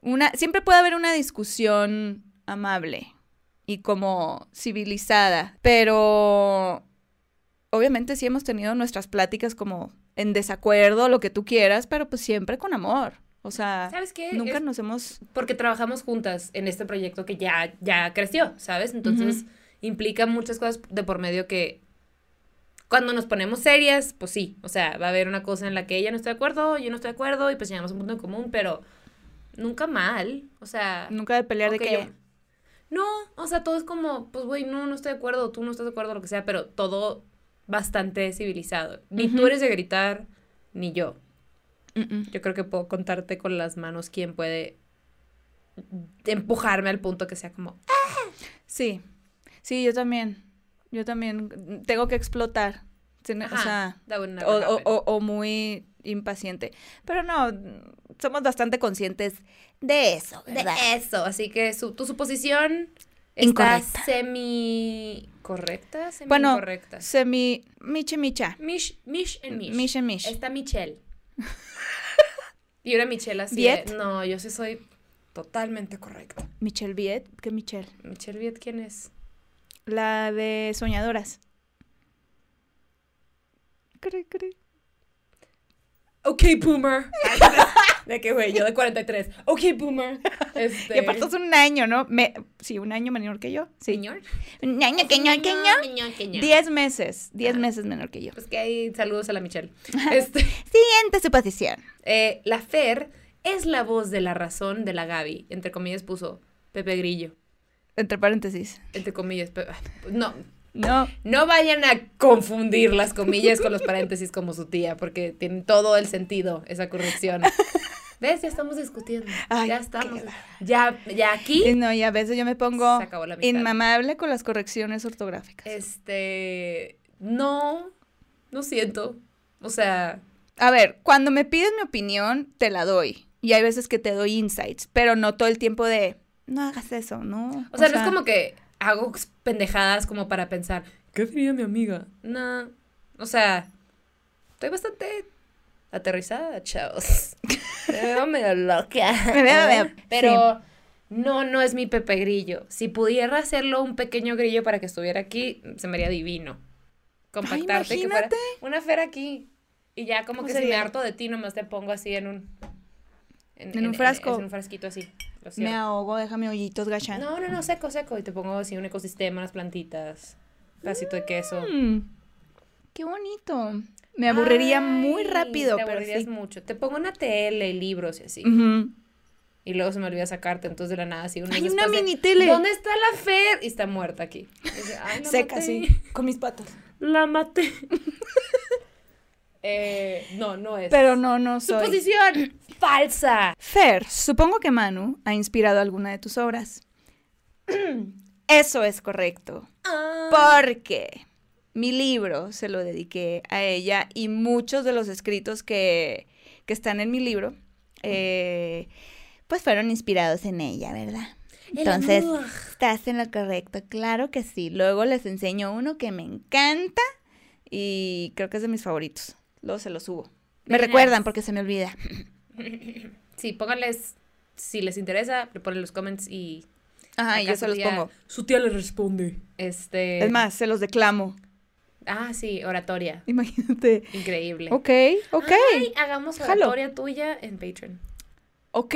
B: Una, siempre puede haber una discusión amable y como civilizada, pero obviamente sí hemos tenido nuestras pláticas como en desacuerdo, lo que tú quieras, pero pues siempre con amor. O sea,
A: ¿Sabes qué?
B: nunca
A: Es
B: nos hemos...
A: porque trabajamos juntas en este proyecto que ya, ya creció, ¿sabes? Entonces implica muchas cosas de por medio que cuando nos ponemos serias, pues sí, o sea, va a haber una cosa en la que ella no está de acuerdo, yo no estoy de acuerdo y pues llegamos a un punto en común, pero nunca mal, o sea,
B: Nunca de pelear
A: ok,
B: de que...
A: yo- No, o sea, todo es como, pues, güey, no, no estoy de acuerdo, tú no estás de acuerdo, lo que sea, pero todo bastante civilizado. Ni tú
B: Ujú.
A: eres de gritar, ni yo.
B: Mm, mm.
A: Yo creo que puedo contarte con las manos quién puede empujarme al punto que sea como,
B: Sí, sí, yo también. Yo también mm, tengo que explotar. Tiene- O
A: Ajá.
B: sea,
A: "That would never
B: o, o-
A: happen".
B: o- o muy impaciente. Pero no, mm, somos bastante conscientes de eso,
A: de
B: ¿verdad?
A: eso. Así que su- tu suposición
B: Incorrecta.
A: está semi correcta, semi
B: Bueno,
A: incorrecta.
B: Semi, miche micha.
A: Mish, mish and mish.
B: Miche miche.
A: Está Michelle. y una Michelle así.
B: Viet.
A: de, no, yo sí soy totalmente correcta.
B: Michelle Viet, ¿qué Michelle?
A: Michelle Viet, ¿quién es?
B: La de soñadoras. Cri, cri.
A: Ok, boomer. de que, güey, yo de 43. Ok, boomer. Este,
B: Y aparte es un año, ¿no? Me, sí, un año menor que yo. Sí.
A: señor.
B: Un año, que ño, que ño. Diez meses. Diez
A: Ah.
B: meses menor que yo.
A: Pues que hay saludos a la Michelle. Este,
B: Siguiente suposición.
A: eh, la Fer es la voz de la razón de la Gaby. Entre comillas puso Pepe Grillo.
B: Entre paréntesis.
A: Entre comillas. Pe- ah, no,
B: No.
A: No vayan a confundir las comillas con los paréntesis como su tía, porque tienen todo el sentido esa corrección. ¿Ves? Ya estamos discutiendo.
B: Ay,
A: ya
B: qué
A: estamos.
B: bárbaro.
A: Ya, ya
B: Y
A: aquí
B: no, y a veces yo me pongo
A: se acabó la mitad.
B: inmamable con las correcciones ortográficas.
A: Este. No, no siento. O sea,
B: A ver, cuando me pides mi opinión, te la doy. Y hay veces que te doy insights, pero no todo el tiempo de, no hagas eso, no.
A: o sea, no es como que hago pendejadas como para pensar, ¿qué diría mi amiga? No. O sea, estoy bastante aterrizada, chavos. Me veo medio loca.
B: Me veo, me veo-
A: Pero no, no es mi Pepe Grillo. Si pudiera hacerlo un pequeño grillo para que estuviera aquí, se me haría divino. Compactarte que fuera
B: imagínate.
A: una fera aquí. Y ya como
B: ¿Cómo
A: que si me
B: sería?
A: harto de ti, nomás te pongo así en un...
B: En un frasco.
A: En un frasquito así. lo
B: sí. Me
A: cierro.
B: ahogo, déjame hoyitos gachán.
A: No, no, no, seco, seco. Y te pongo así un ecosistema, unas plantitas, pedacito de queso.
B: Mm, qué bonito. Me aburriría muy
A: Ay,
B: rápido,
A: te
B: pero
A: aburrirías
B: sí.
A: mucho. Te pongo una tele, y libros y así.
B: Ujú.
A: Y luego se me olvida sacarte, entonces de la nada así un mes
B: Ay, una
A: después de,
B: mini tele.
A: ¿Dónde está la Fer? Y está muerta aquí. Y dice, "Ay, la
B: Seca,
A: maté".
B: sí, con mis patas.
A: La maté. Eh, no, no es.
B: Pero no, no
A: Su
B: soy.
A: posición falsa.
B: Fer, supongo que Manu ha inspirado alguna de tus obras. Eso es correcto.
A: Ah,
B: Porque mi libro se lo dediqué a ella y muchos de los escritos que, que están en mi libro, eh, pues fueron inspirados en ella, ¿verdad? Entonces, estás en lo correcto, claro que sí. Luego les enseño uno que me encanta y creo que es de mis favoritos. Luego se lo subo. Me
A: Verás.
B: recuerdan porque se me olvida.
A: Sí, pónganles, si les interesa, le ponen los comments y...
B: Ajá, y
A: acá
B: Ah, yo se
A: su
B: los
A: tía-
B: pongo.
D: Su tía le responde.
A: Este...
B: Es más, se los declamo.
A: Ah, sí, oratoria.
B: Imagínate.
A: Increíble.
B: Ok, ok.
A: Ay, hagamos
B: Jalo.
A: oratoria tuya en Patreon.
B: Ok,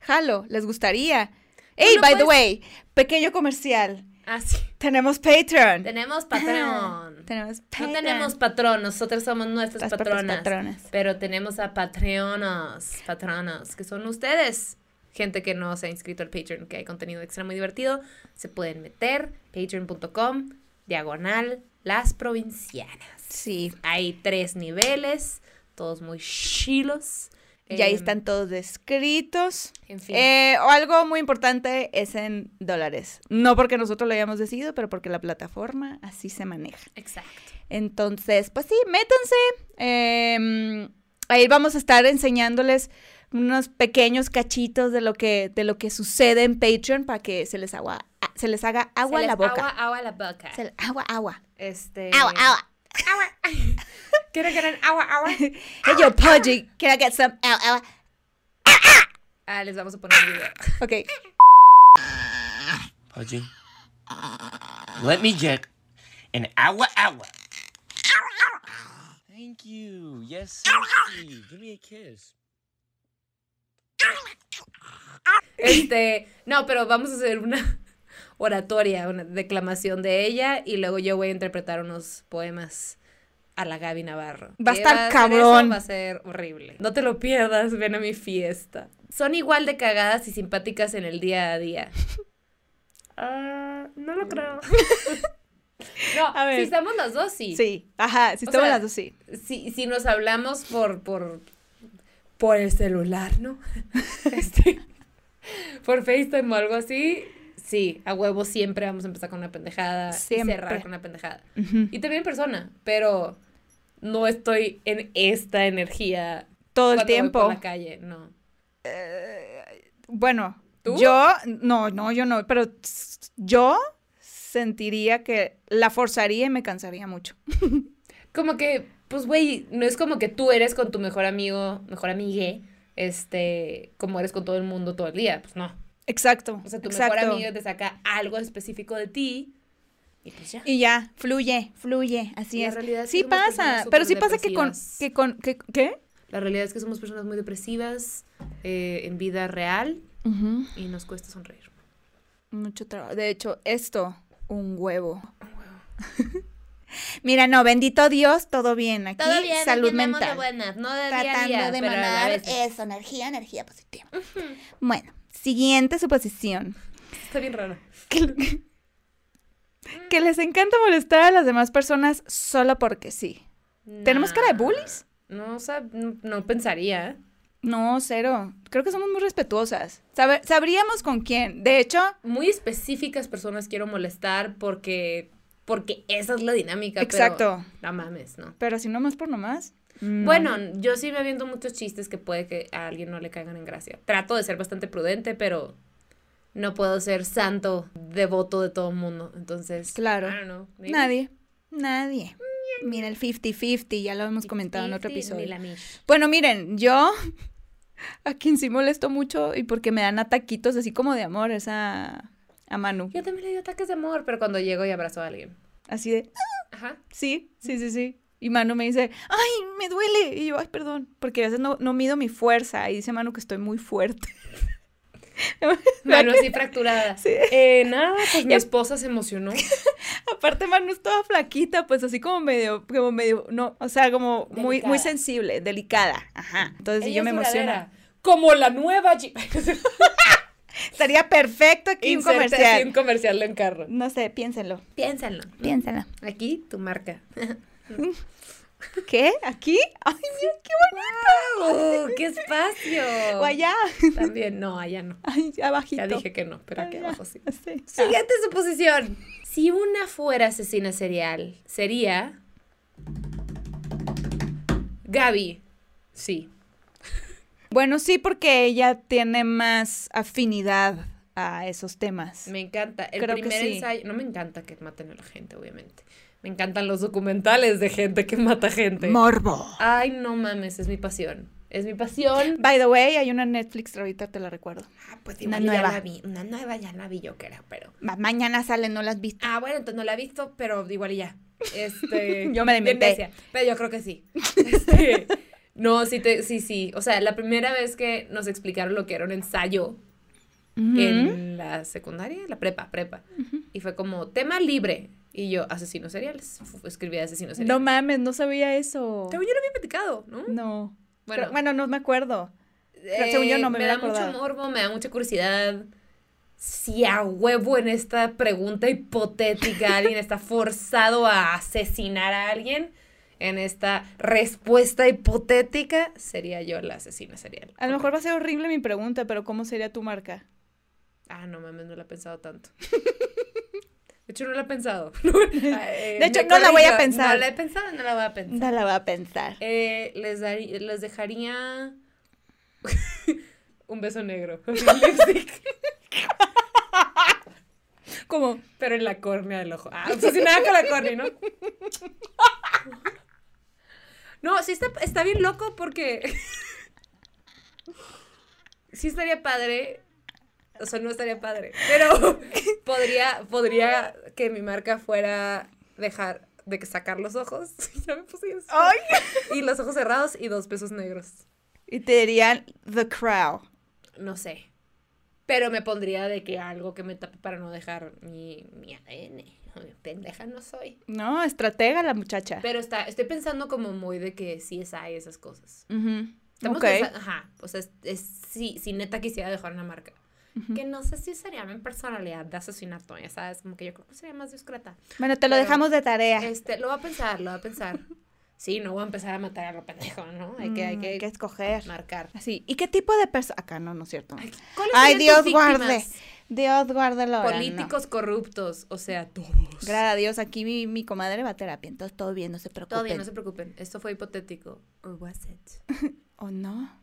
B: jalo, les gustaría. Hey,
A: no
B: by the
A: puedes-
B: way, pequeño comercial.
A: Ah, sí.
B: Tenemos Patreon.
A: Tenemos Patreon.
B: Tenemos
A: No
B: Patreon.
A: tenemos patrón, nosotros somos nuestras
B: Las patas
A: patronas.
B: patronas.
A: Pero tenemos a patreonas, patronas, que son ustedes. Gente que no se ha inscrito al Patreon, que hay contenido extra muy divertido. Se pueden meter, patreon.com, diagonal, las provincianas.
B: Sí,
A: Hay tres niveles, todos muy chilos.
B: y ahí
A: Em,
B: están todos descritos.
A: En fin.
B: Eh, o algo muy importante es en dólares. No porque nosotros lo hayamos decidido, pero porque la plataforma así se maneja.
A: Exacto.
B: Entonces, pues sí, métanse. Eh, ahí vamos a estar enseñándoles unos pequeños cachitos de lo que, de lo que sucede en Patreon para que se les agua, a- se les haga agua
A: Se
B: a la
A: les
B: boca.
A: Agua, agua a la boca.
B: Se le- agua, agua.
A: Este.
B: Agua, agua.
A: Quiero que eran agua, agua.
B: Hey yo, Pudgy, can I get some agua, agua?
A: Ah, les vamos a poner un video.
B: Ok.
E: Pudgy. Let me get an hour hour. Thank you. Yes, Susie. Give me a kiss.
A: Este, no, pero vamos a hacer una oratoria, una declamación de ella y luego yo voy a interpretar unos poemas a la Gaby Navarro.
B: Va a
A: Que
B: estar
A: ser
B: cabrón.
A: eso, Va a ser horrible. No te lo pierdas, ven a mi fiesta. Son igual de cagadas y simpáticas en el día a día. Ah, no lo creo. no,
B: A ver.
A: si estamos las dos, sí.
B: Sí, ajá, si
A: O
B: estamos
A: sea,
B: las dos, sí.
A: Si, si nos hablamos por, por, por el celular, ¿no? Este, por FaceTime o algo así, sí, a huevo siempre vamos a empezar con una pendejada y
B: Siempre.
A: cerrar con una pendejada.
B: Ujú.
A: Y también en persona, pero no estoy en esta energía
B: Todo
A: cuando
B: el
A: voy por
B: tiempo.
A: la calle, no.
B: Bueno,
A: ¿Tú?
B: yo, no, no, yo no, pero s- yo sentiría que la forzaría y me cansaría mucho.
A: Como que, pues, güey, no es como que tú eres con tu mejor amigo, mejor amigue, este, como eres con todo el mundo todo el día, pues no.
B: Exacto.
A: O sea, tu
B: exacto.
A: mejor amiga te saca algo específico de ti y pues ya.
B: Y ya, fluye, fluye, así
A: La
B: es.
A: realidad es que
B: sí
A: somos
B: pasa,
A: personas
B: pero
A: súper
B: sí pasa que con,
A: depresivas.
B: que con, que, ¿qué?
A: La realidad es que somos personas muy depresivas eh, en vida real
B: Ujú.
A: y nos cuesta sonreír.
B: Mucho trabajo. De hecho, esto, un huevo. Mira, no, bendito Dios, todo bien aquí.
C: Todo bien,
B: salud
C: aquí andamos
B: mental.
C: de buenas, no de día a
B: tratando
C: día,
B: de
C: pero a
B: emanar
C: veces.
A: eh.
B: esa energía, energía positiva. Bueno, siguiente suposición.
A: Está bien raro.
B: Que, que les encanta molestar a las demás personas solo porque sí. ¿Tenemos cara de bullies?
A: No, o sea, no, no pensaría. ¿eh?
B: No, cero. Creo que somos muy respetuosas. Sabe- sabríamos con quién. De hecho,
A: Muy específicas personas quiero molestar porque, porque esa es la dinámica. pero
B: exacto.
A: la mames, ¿no?
B: Pero si no más por nomás. no.
A: Bueno, yo sí me aviento muchos chistes que puede que a alguien no le caigan en gracia. Trato de ser bastante prudente, pero no puedo ser santo, devoto de todo el mundo. Entonces,
B: Claro.
A: I don't know, maybe
B: Nadie. Nadie. Mira el 50-50, ya lo hemos comentado en
A: 50
B: otro
A: ni
B: episodio.
A: la mish.
B: Bueno, miren, yo a quien sí molesto mucho y porque me dan ataquitos así como de amor es a, a Manu.
A: Yo también le doy ataques de amor, pero cuando llego y abrazo a alguien.
B: Así de,
A: Ajá.
B: sí, sí, sí, sí. Y Manu me dice, ay, me duele. Y yo, ay, perdón, porque a veces no, no mido mi fuerza. Y dice Manu que estoy muy fuerte.
A: Mano así fracturada.
B: Sí.
A: Eh, nada, pues mi
B: Ya-
A: esposa se emocionó.
B: Aparte, Manu es toda flaquita, pues así como medio, como medio, no, o sea, como muy, muy
A: Delicada.
B: sensible, delicada. Ajá. Entonces
A: Ella
B: yo me
A: es
B: emociono.
A: duradera, Como la nueva Jeep.
B: Estaría perfecto aquí un
A: Inserte así
B: comercial.
A: un Mm. comercial en carro.
B: No sé, piénsenlo.
A: Piénsalo.
B: Piénsenlo.
A: Aquí tu marca.
B: ¿Qué? ¿Aquí? ¡Ay, mira, qué
A: ¡Uh, qué espacio!
B: bonito! O allá.
A: También, no, allá no.
B: Ay, abajito. Ah.
A: Ya dije que no, pero aquí
B: Allá.
A: abajo sí.
B: Sí.
A: Siguiente suposición. Si una fuera asesina serial, sería. Gaby. Sí.
B: Bueno, sí, porque ella tiene más afinidad a esos temas.
A: Me encanta. El
B: Creo que
A: primer
B: sí.
A: ensayo. No me encanta que maten a la gente, obviamente. Me encantan los documentales de gente que mata gente.
B: Morbo.
A: Ay, no mames, es mi pasión. Es mi pasión.
B: By the way, hay una Netflix, ahorita te la recuerdo.
A: Ah, pues
B: Una
A: igual ya
B: nueva.
A: la vi. Una nueva ya la vi yo que era, pero.
B: Ma- mañana sale, no las has visto.
A: Ah, bueno, entonces no la he visto, pero igual y ya. Este,
B: Yo me la
A: bien
B: inventé.
A: necia, pero yo creo que sí. Este, no, sí, te, sí, sí. O sea, la primera vez que nos explicaron lo que era un ensayo en la secundaria, la prepa, prepa. Y fue como tema libre. Y yo, asesinos seriales. Fu- Escribí asesinos
B: No
A: seriales.
B: mames, no sabía eso.
A: Según yo lo había platicado, ¿no?
B: No.
A: Bueno.
B: Bueno, bueno no me acuerdo. según yo no me
A: Eh, da
B: hubiera acordado.
A: mucho morbo, me da mucha curiosidad. Si a huevo en esta pregunta hipotética alguien está forzado a asesinar a alguien, en esta respuesta hipotética sería yo la asesina serial.
B: A lo mejor va a ser horrible mi pregunta, pero ¿cómo sería tu marca?
A: Ah, no mames, no la he pensado tanto. De hecho, no la he pensado. de
B: hecho, no la voy a pensar.
A: No la he pensado, no la voy a pensar.
B: No la va a pensar.
A: Eh, les, daría, les dejaría un beso negro. Lipstick,
B: Eh, Como,
A: pero en la córnea del ojo. Ah, obsesionada con la córnea, ¿no? No, sí está, está bien loco porque sí estaría padre. O sea, no estaría padre. Pero podría, podría que mi marca fuera dejar de que sacar los ojos. Ya me puse bien-
B: ¡ay!
A: Y los ojos cerrados y dos besos negros.
B: Y te dirían The Crow.
A: No sé. Pero me pondría de que algo que me tape para no dejar mi, mi ADN. Pendeja no soy.
B: No, estratega la muchacha.
A: Pero está, estoy pensando como muy de que sí es hay esas cosas.
B: Ujú.
A: Estamos
B: Ok.
A: pensa- ajá. O sea, es, es- sí, sí, neta quisiera dejar una marca.
F: Ujú.
A: Que no sé si sería mi personalidad de asesinato, ya sabes, como que yo creo que sería más discreta.
B: Bueno, te lo
A: Pero-
B: dejamos de tarea.
A: Este, lo voy a pensar, lo voy a pensar. Sí, no voy a empezar a matar a lo pendejo, ¿no? Hay que, hay
B: Mm,
A: que,
B: escoger.
A: marcar.
B: Así. ¿Y qué tipo de persona? Acá no, no es cierto.
A: Ay, ¿cuáles
B: Ay,
A: serían tus
B: Dios guarde.
A: víctimas?
B: Dios guarde la hora, no.
A: Políticos corruptos, o sea, todos.
B: Gracias a Dios, aquí mi, mi comadre va a terapia, entonces todo bien, no se preocupen.
A: Todavía no se preocupen, esto fue hipotético. Or was it?
B: ¿O no?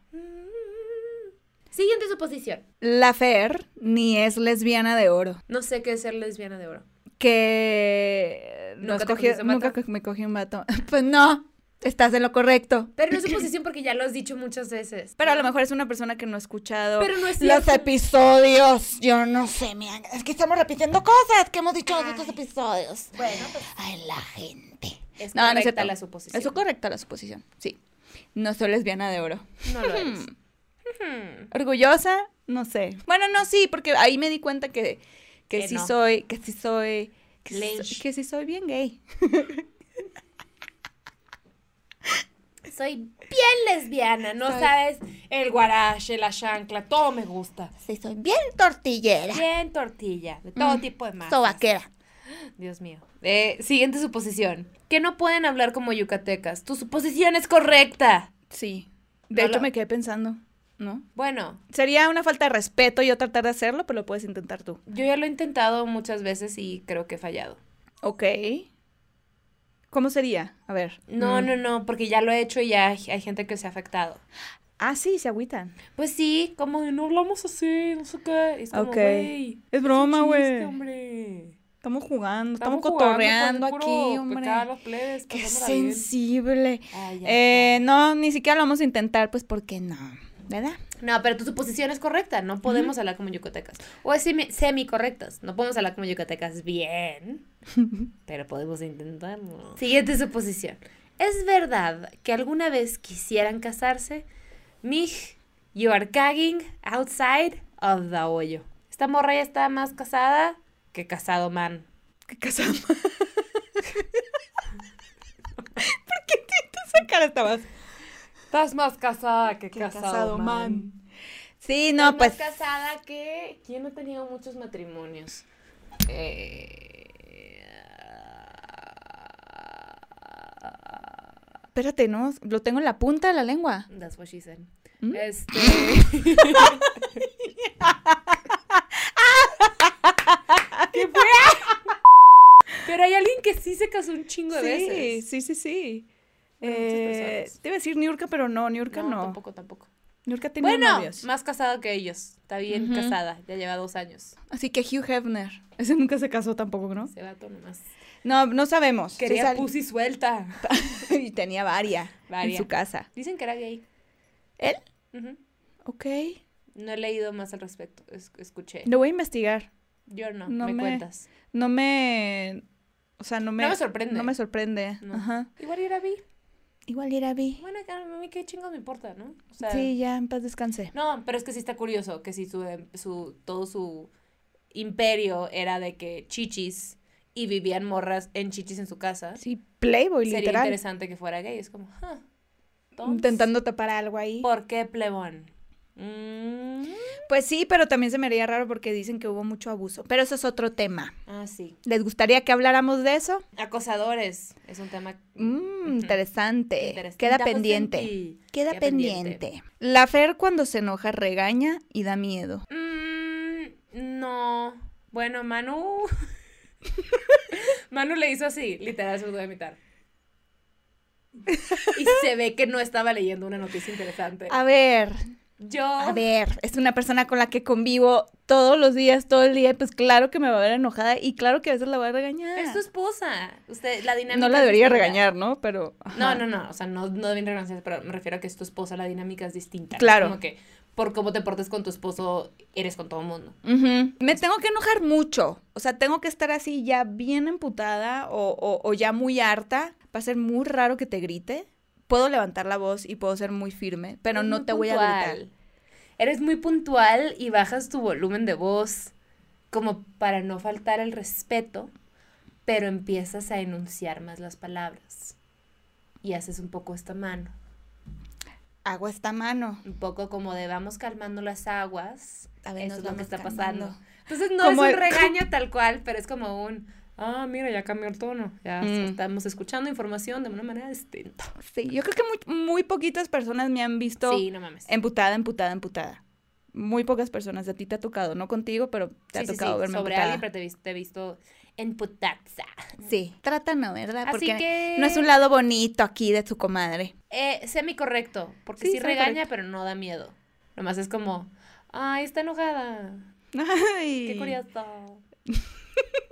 A: Siguiente suposición.
B: La Fer ni es lesbiana de oro.
A: No sé qué es ser lesbiana de oro.
B: Que no
A: ¿Nunca te
B: escogió-
A: cogiste un vato?
B: nunca co- me cogí un vato. Pues no, estás en lo correcto.
A: Pero no es suposición porque ya lo has dicho muchas veces.
B: Pero a lo mejor es una persona que no ha escuchado
A: Pero no es
B: los
A: cierto.
B: episodios. Yo no sé, mira, es que estamos repitiendo cosas que hemos dicho en los otros episodios.
A: Bueno, pues
B: Ay, la gente.
A: es
B: No, no es
A: correcta
B: cierto.
A: la suposición.
B: Eso es correcta la suposición, sí. No soy lesbiana de oro. Hmm.
A: No lo eres. Hmm.
B: ¿Orgullosa? No sé. Bueno, no, sí, porque ahí me di cuenta que, que,
A: Que
B: sí
A: no.
B: soy, que sí soy, que sí
A: Lynch.
B: soy, que sí soy bien gay.
A: Soy bien lesbiana, no
F: Soy-
A: sabes el guarache, la chancla, todo me gusta.
B: Sí soy bien tortillera,
A: Bien tortilla, de todo tipo de masas.
B: sobaquera.
A: Dios mío. Eh, siguiente suposición. Que no pueden hablar como yucatecas. Tu suposición es correcta.
B: Sí. De
A: No
B: hecho,
A: lo-
B: me quedé pensando, ¿no?
A: Bueno,
B: Sería una falta de respeto yo tratar de hacerlo, pero lo puedes intentar tú.
A: yo ya lo he intentado muchas veces y creo que he fallado.
B: Ok. ¿Cómo sería? A ver.
A: No,
B: Mm.
A: no, no, porque ya lo he hecho y ya hay hay gente que se ha afectado.
B: Ah, sí, se agüitan.
A: Pues sí, como de, no hablamos así, no sé qué. Y Es como,
B: Ok.
A: "Güey,
B: Es
A: un
B: broma,
A: chiste,
B: güey.
A: hombre.
B: Estamos jugando, estamos,
A: jugando con
B: cotorreando
A: el puro
B: aquí,
A: pecado a
B: hombre.
A: los plebes,
B: Qué
A: pasándola bien.
B: sensible.
A: Ay, ya
B: Eh, no, ni siquiera lo vamos a intentar, pues porque no, ¿verdad?
A: está. No, pero tu suposición es correcta. No podemos hablar como yucatecas. O es semi, correctas. No podemos hablar como yucatecas bien, pero podemos intentarlo. Siguiente suposición. ¿Es verdad que alguna vez quisieran casarse? Mij, you are cagging outside of the hoyo. Esta morra ya está más casada que casado man.
B: ¿Qué casamos? ¿Por qué tienes esa cara estabas?
A: Estás más casada que
B: Sí, no,
A: Más
B: pues.
A: casada que. ¿Quién no ha tenido muchos matrimonios? Eh,
B: Espérate, no, lo tengo en la punta de la lengua.
A: That's what she said.
B: ¿Mm?
A: Este. ¿Qué fue? Pero hay alguien que sí se casó un chingo de veces.
B: sí, sí, sí. Eh,
A: Bueno, muchas personas.
B: te iba a decir Niurka, pero no, Niurka no.
A: tampoco, tampoco.
B: Niurka tenía
A: Bueno,
B: novios.
A: más casada que ellos. Está bien
B: Ujú.
A: casada. Ya lleva dos años.
B: Así que Hugh Hefner. Ese nunca se casó tampoco, ¿no?
A: Ese vato nomás.
B: No, no sabemos. Sí
A: Quería
B: sal-
A: pussy suelta.
B: y tenía varias en
A: Varia.
B: su casa.
A: Dicen que era gay.
B: ¿Él?
A: Ujú.
B: Ok.
A: No he leído más al respecto. es- escuché.
B: Lo voy a investigar.
A: Yo no,
B: No
A: me,
B: me-
A: cuentas.
B: No me. O sea, no me.
A: no me sorprende.
B: No me sorprende.
A: No.
B: Ajá.
A: Igual era bi.
B: Igual era bi.
A: Bueno, que a mí qué chingos me importa, ¿no? O sea,
B: Sí, ya, en paz descanse.
A: No, pero es que sí está curioso que si su, em, su- todo su imperio era de que chichis y vivían morras en chichis en su casa,
B: Sí, Playboy,
A: sería
B: literal.
A: interesante que fuera gay. Es como, ah, entonces,
B: Intentando tapar algo ahí.
A: ¿Por qué plebón? Mm,
B: Pues sí, pero también se me haría raro porque dicen que hubo mucho abuso. Pero eso es otro tema.
A: ah, sí.
B: ¿Les gustaría que habláramos de eso?
A: Acosadores es un tema
B: Mmm,
A: ujú,
B: interesante.
A: interesante.
B: Queda
A: Estamos en
B: pendiente.
A: ti.
B: Queda pendiente. La Fer cuando se enoja regaña y da miedo.
A: Mm, no. Bueno, Manu. Manu le hizo así, literal, se lo voy a imitar. Y se ve que no estaba leyendo una noticia interesante.
B: A ver,
A: Yo.
B: a ver, es una persona con la que convivo todos los días, todo el día, y pues claro que me va a ver enojada y claro que a veces la voy a regañar.
A: Es tu esposa. Usted, la dinámica.
B: no la
A: es
B: debería
A: distinta.
B: regañar, ¿no? Pero
A: No,
B: ajá.
A: no, no. O sea, no, no deben regañarse, pero me refiero a que es tu esposa, la dinámica es distinta. ¿no?
B: Claro.
A: Como que por cómo te portes con tu esposo, eres con todo el mundo.
B: Ujú. Me tengo que enojar mucho. O sea, tengo que estar así ya bien emputada o, o- o ya muy harta. Va a ser muy raro que te grite. Puedo levantar la voz y puedo ser muy firme, pero
A: Eres
B: no
A: muy
B: te voy a gritar.
A: puntual. Eres muy puntual y bajas tu volumen de voz como para no faltar el respeto, pero empiezas a enunciar más las palabras. Y haces un poco esta mano,
B: Hago esta mano.
A: un poco como de vamos calmando las aguas
B: a ver,
A: Eso
B: nos
A: es lo que
B: vamos
A: está
B: calmando.
A: pasando. Entonces no
B: Como
A: es
B: el-
A: un regaño tal cual, pero es como un, ah, mira, ya cambió el tono. Ya
B: Mm.
A: estamos escuchando información de una manera distinta.
B: Sí, yo creo que muy, muy poquitas personas me han visto
A: Sí, no mames.
B: emputada, emputada, emputada. Muy pocas personas. A ti te ha tocado, no contigo, pero te ha
A: Sí, sí,
B: tocado
A: sí,
B: verme
A: Sobre
B: emputada.
A: alguien, pero te, he vis- te he visto en putaza.
B: Sí, trata no, ¿verdad?
A: Así
B: Porque
A: que-
B: no es un lado bonito aquí de tu comadre.
A: Eh, semi correcto, porque
B: Sí,
A: sí,
B: semi
A: regaña, pero no da miedo. Nomás es como, ay, está enojada.
B: Ay.
A: Qué curioso.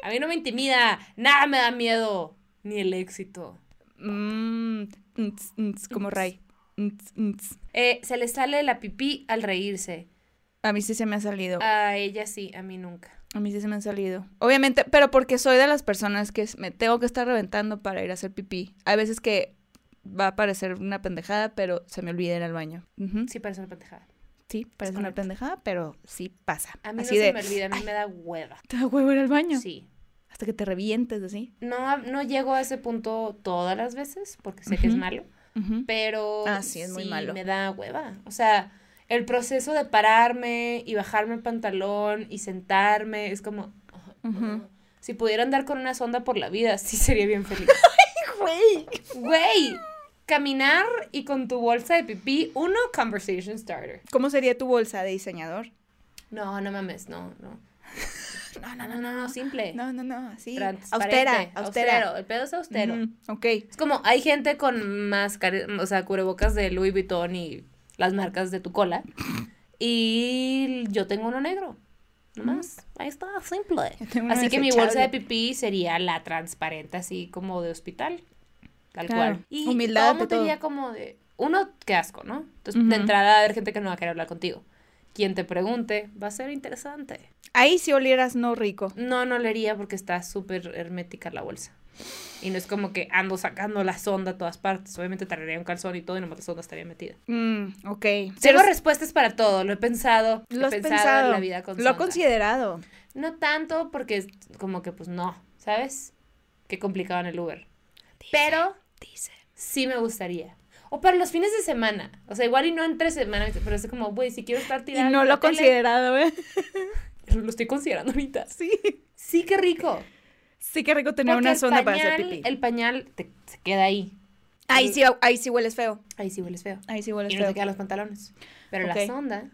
A: A mí no me intimida, nada me da miedo, ni el éxito.
B: Mm, ns, ns, como Ray. Mm, Ns, ns.
A: Eh, se le sale la pipí al reírse.
B: A mí sí se me ha salido.
A: A ella sí, a mí nunca.
B: A mí sí se me han salido. Obviamente, pero porque soy de las personas que me tengo que estar reventando para ir a hacer pipí. Hay veces que va a parecer una pendejada, pero se me olvida ir al baño. Ujú.
A: Sí parece una pendejada.
B: Sí, parece una
A: correcto.
B: pendejada, pero sí pasa.
A: A mí
B: así
A: no
B: de,
A: se me olvida, a mí me da hueva.
B: te da huevo ir al baño.
A: Sí.
B: Hasta que te revientes así.
A: No, no llego a ese punto todas las veces, porque sé que es
B: Ujú.
A: malo,
B: Ujú.
A: pero
B: Ah, sí, es muy malo.
A: me da hueva. O sea, el proceso de pararme y bajarme el pantalón y sentarme, es como...
B: Ujú.
A: Si pudiera andar con una sonda por la vida, sí sería bien feliz. Güey, caminar y con tu bolsa de pipí, uno, conversation starter.
B: ¿Cómo sería tu bolsa de diseñador?
A: No, no mames, no, no.
B: No,
A: No, no, no, no, simple.
B: No, no, no, así. Austera,
A: Eh, Transparente,
B: austera.
A: austero, El pedo es austero.
B: Ujú, ok.
A: Es como, hay gente con máscara, o sea, cubrebocas de Louis Vuitton y las marcas de tu cola. Y yo tengo uno negro. Nomás, ahí está, simple.
B: Mm. Yo tengo uno
A: Así que mi bolsa de
B: desechable.
A: pipí sería la transparente, así como de hospital. Tal
B: Claro,
A: cual. Y
B: humildad
A: todo
B: ante
A: mundo
B: todo.
A: diría como de, uno, qué asco, ¿no? Entonces,
B: Ujú.
A: de entrada va a haber gente que no va a querer hablar contigo. Quien te pregunte, va a ser interesante.
B: Ahí si olieras no rico.
A: No, no leería porque está súper hermética la bolsa. Y no es como que ando sacando la sonda a todas partes. Obviamente tardaría un calzón y todo y nomás la sonda estaría metida.
B: Mm, ok.
A: Tengo
B: Pero-
A: respuestas para todo. Lo he pensado.
B: Lo has
A: he
B: pensado.
A: en la vida con
B: lo he
A: sonda.
B: considerado.
A: No tanto porque es como que pues no, ¿sabes? Qué complicado en el Uber. Pero
B: Dice.
A: sí me gustaría. O para los fines de semana. O sea, igual y no entre semana, pero es como, güey, si quiero estar
B: Y
A: tirando.
B: no lo he considerado, ¿eh?
A: Lo estoy considerando ahorita.
B: Sí.
A: Sí, qué rico.
B: Sí, qué rico tener
A: Porque
B: una
A: el
B: sonda para hacer
A: pañal-
B: pipí.
A: El pañal te- se queda ahí.
B: Ahí, sí, ahí sí hueles feo.
A: Ahí sí hueles feo.
B: Ahí sí hueles
A: Y no
B: feo.
A: te quedan los pantalones. Pero
B: Ok.
A: la sonda.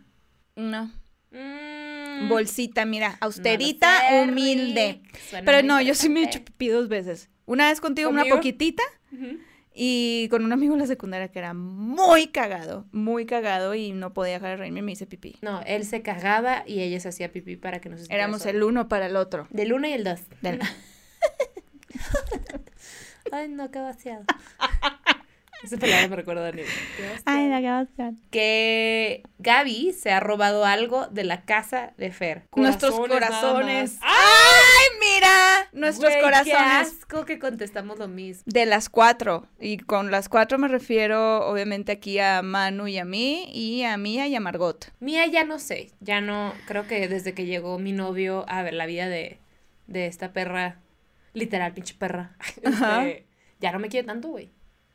B: No.
A: mm,
B: Bolsita, mira,
A: no
B: austerita,
A: sé,
B: humilde.
A: Rick, suena
B: Pero
A: muy
B: no, yo sí me he hecho
A: interesante.
B: pipí dos veces. Una vez contigo, una
A: ¿Conmigo?
B: poquitita,
A: Ujú.
B: y con un amigo de la secundaria que era muy cagado, muy cagado, y no podía dejar de reírme y me hice pipí.
A: No, él se cagaba y ella se hacía pipí para que no se sintiera
B: Éramos
A: sola.
B: el uno para el otro.
A: Del 1 y el 2.
B: Del-
A: Ay, no, qué vaciado. Esa palabra me recuerda a Daniel. Qué vaciado. Que Gaby se ha robado algo de la casa de Fer.
B: Nuestros
A: Corazones nada
B: corazones.
A: más.
B: ¡Ay, mira! Nuestros
A: Güey, Qué
B: corazones.
A: asco que contestamos lo mismo.
B: De las cuatro. Y con las cuatro me refiero, obviamente, aquí a Manu y a mí, y a Mía y a Margot.
A: Mía ya no sé, ya no, creo que desde que llegó mi novio a ver la vida de, de esta perra, literal, pinche perra,
B: Ajá.
A: este, ya no me quiere tanto, güey.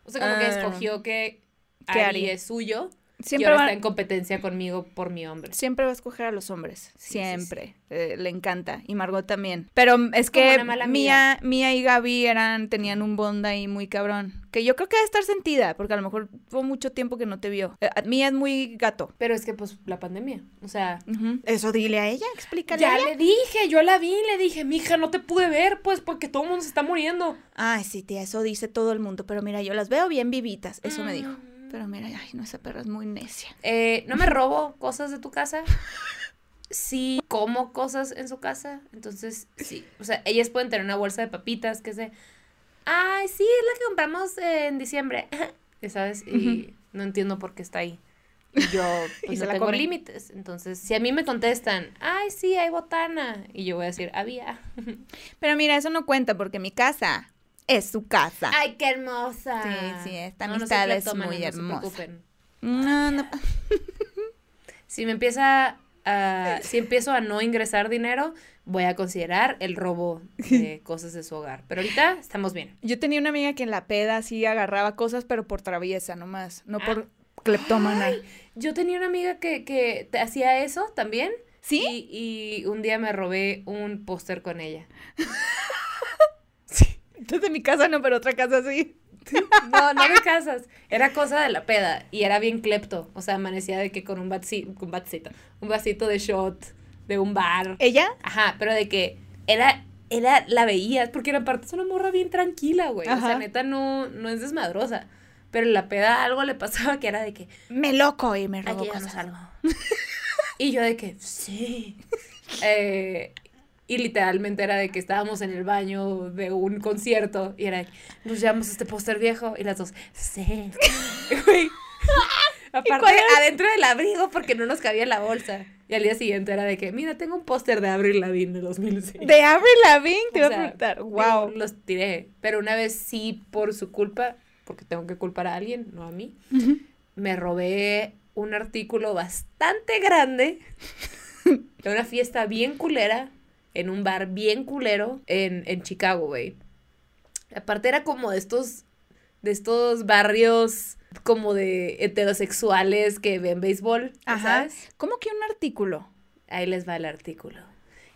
A: O sea, como que
B: Ah.
A: escogió que Ari,
B: Que Ari.
A: es suyo y
B: Siempre
A: ahora
B: va,
A: está en competencia conmigo por mi hombre.
B: siempre va a escoger a los hombres.
A: Sí, sí,
B: siempre. Eh, le encanta. Y Margot también. Pero mm, es
A: Como
B: que
A: una mala
B: Mía, Mía y Gaby eran, tenían un bond ahí muy cabrón. Que yo creo que debe estar sentida, porque a lo mejor fue mucho tiempo que no te vio. Eh, a- Mía es muy gato.
A: Pero es que, pues, la pandemia, o sea...
B: Ujú. Eso dile a ella, explícale. a
A: Ya
B: ella.
A: le dije, yo la vi, le dije, mija, no te pude ver, pues, porque todo el mundo se está muriendo.
B: Ay, sí, tía, eso dice todo el mundo. Pero mira, yo las veo bien vivitas. Eso me dijo.
A: Mm.
B: Pero mira, ay, no, esa perra es muy necia.
A: Eh, no me robo cosas de tu casa. Sí, como cosas en su casa. Entonces, sí. O sea, ellas pueden tener una bolsa de papitas que se. Ay, sí, es la que compramos en diciembre. Ya ¿Sabes? Y no entiendo por qué está ahí. Y Yo pues,
B: Y se
A: no
B: la
A: tengo
B: comen.
A: límites. Entonces, si a mí me contestan, ay, sí, hay botana. Y yo voy a decir, había.
B: Pero mira, eso no cuenta porque mi casa es su casa.
A: Ay, qué hermosa.
B: Ah. Sí, sí, esta
A: No, no soy
B: amistad es
A: cleptómana,
B: muy
A: eh, no se
B: hermosa.
A: preocupen.
B: No, no.
A: Si me empieza a, si empiezo a no ingresar dinero, voy a considerar el robo de cosas de su hogar. Pero ahorita estamos bien.
B: Yo tenía una amiga que en la peda así agarraba cosas, pero por traviesa
A: Ah.
B: nomás, no por cleptómana.
A: Yo tenía una amiga que, que te hacía eso también.
B: ¿Sí?
A: Y, y un día me robé un póster con ella.
B: Desde mi casa no, pero otra casa sí.
A: No, no de casas. Era cosa de la peda. Y era bien clepto. O sea, amanecía de que con un, batci- con un vasito. Un vasito de shot de un bar.
B: ¿Ella?
A: Ajá, pero de que era, era, la veías, porque era parte es una morra bien tranquila, güey. O
B: Ajá.
A: sea, neta no, no es desmadrosa. Pero en la peda algo le pasaba que era de que
B: Me loco y me robó
A: aquí ya no
B: cosas.
A: salgo. y yo de que, sí. Eh, y literalmente era de que estábamos en el baño de un concierto y era de, nos llevamos este póster viejo y las dos, sí. Güey. Aparte,
B: cuál era?
A: adentro del abrigo porque no nos cabía en la bolsa. Y al día siguiente era de que, mira, tengo un póster de Avril Lavigne de 2006.
B: De Avril Lavigne, te
A: O
B: iba
A: sea,
B: a preguntar.
A: digo,
B: Wow.
A: Los tiré. Pero una vez sí, por su culpa, porque tengo que culpar a alguien, no a mí, me robé un artículo bastante grande de una fiesta bien culera, en un bar bien culero, en, en Chicago, güey. Aparte era como de estos, de estos barrios como de heterosexuales que ven béisbol,
B: Ajá.
A: ¿sabes?
B: ¿Cómo que un artículo?
A: Ahí les va el artículo.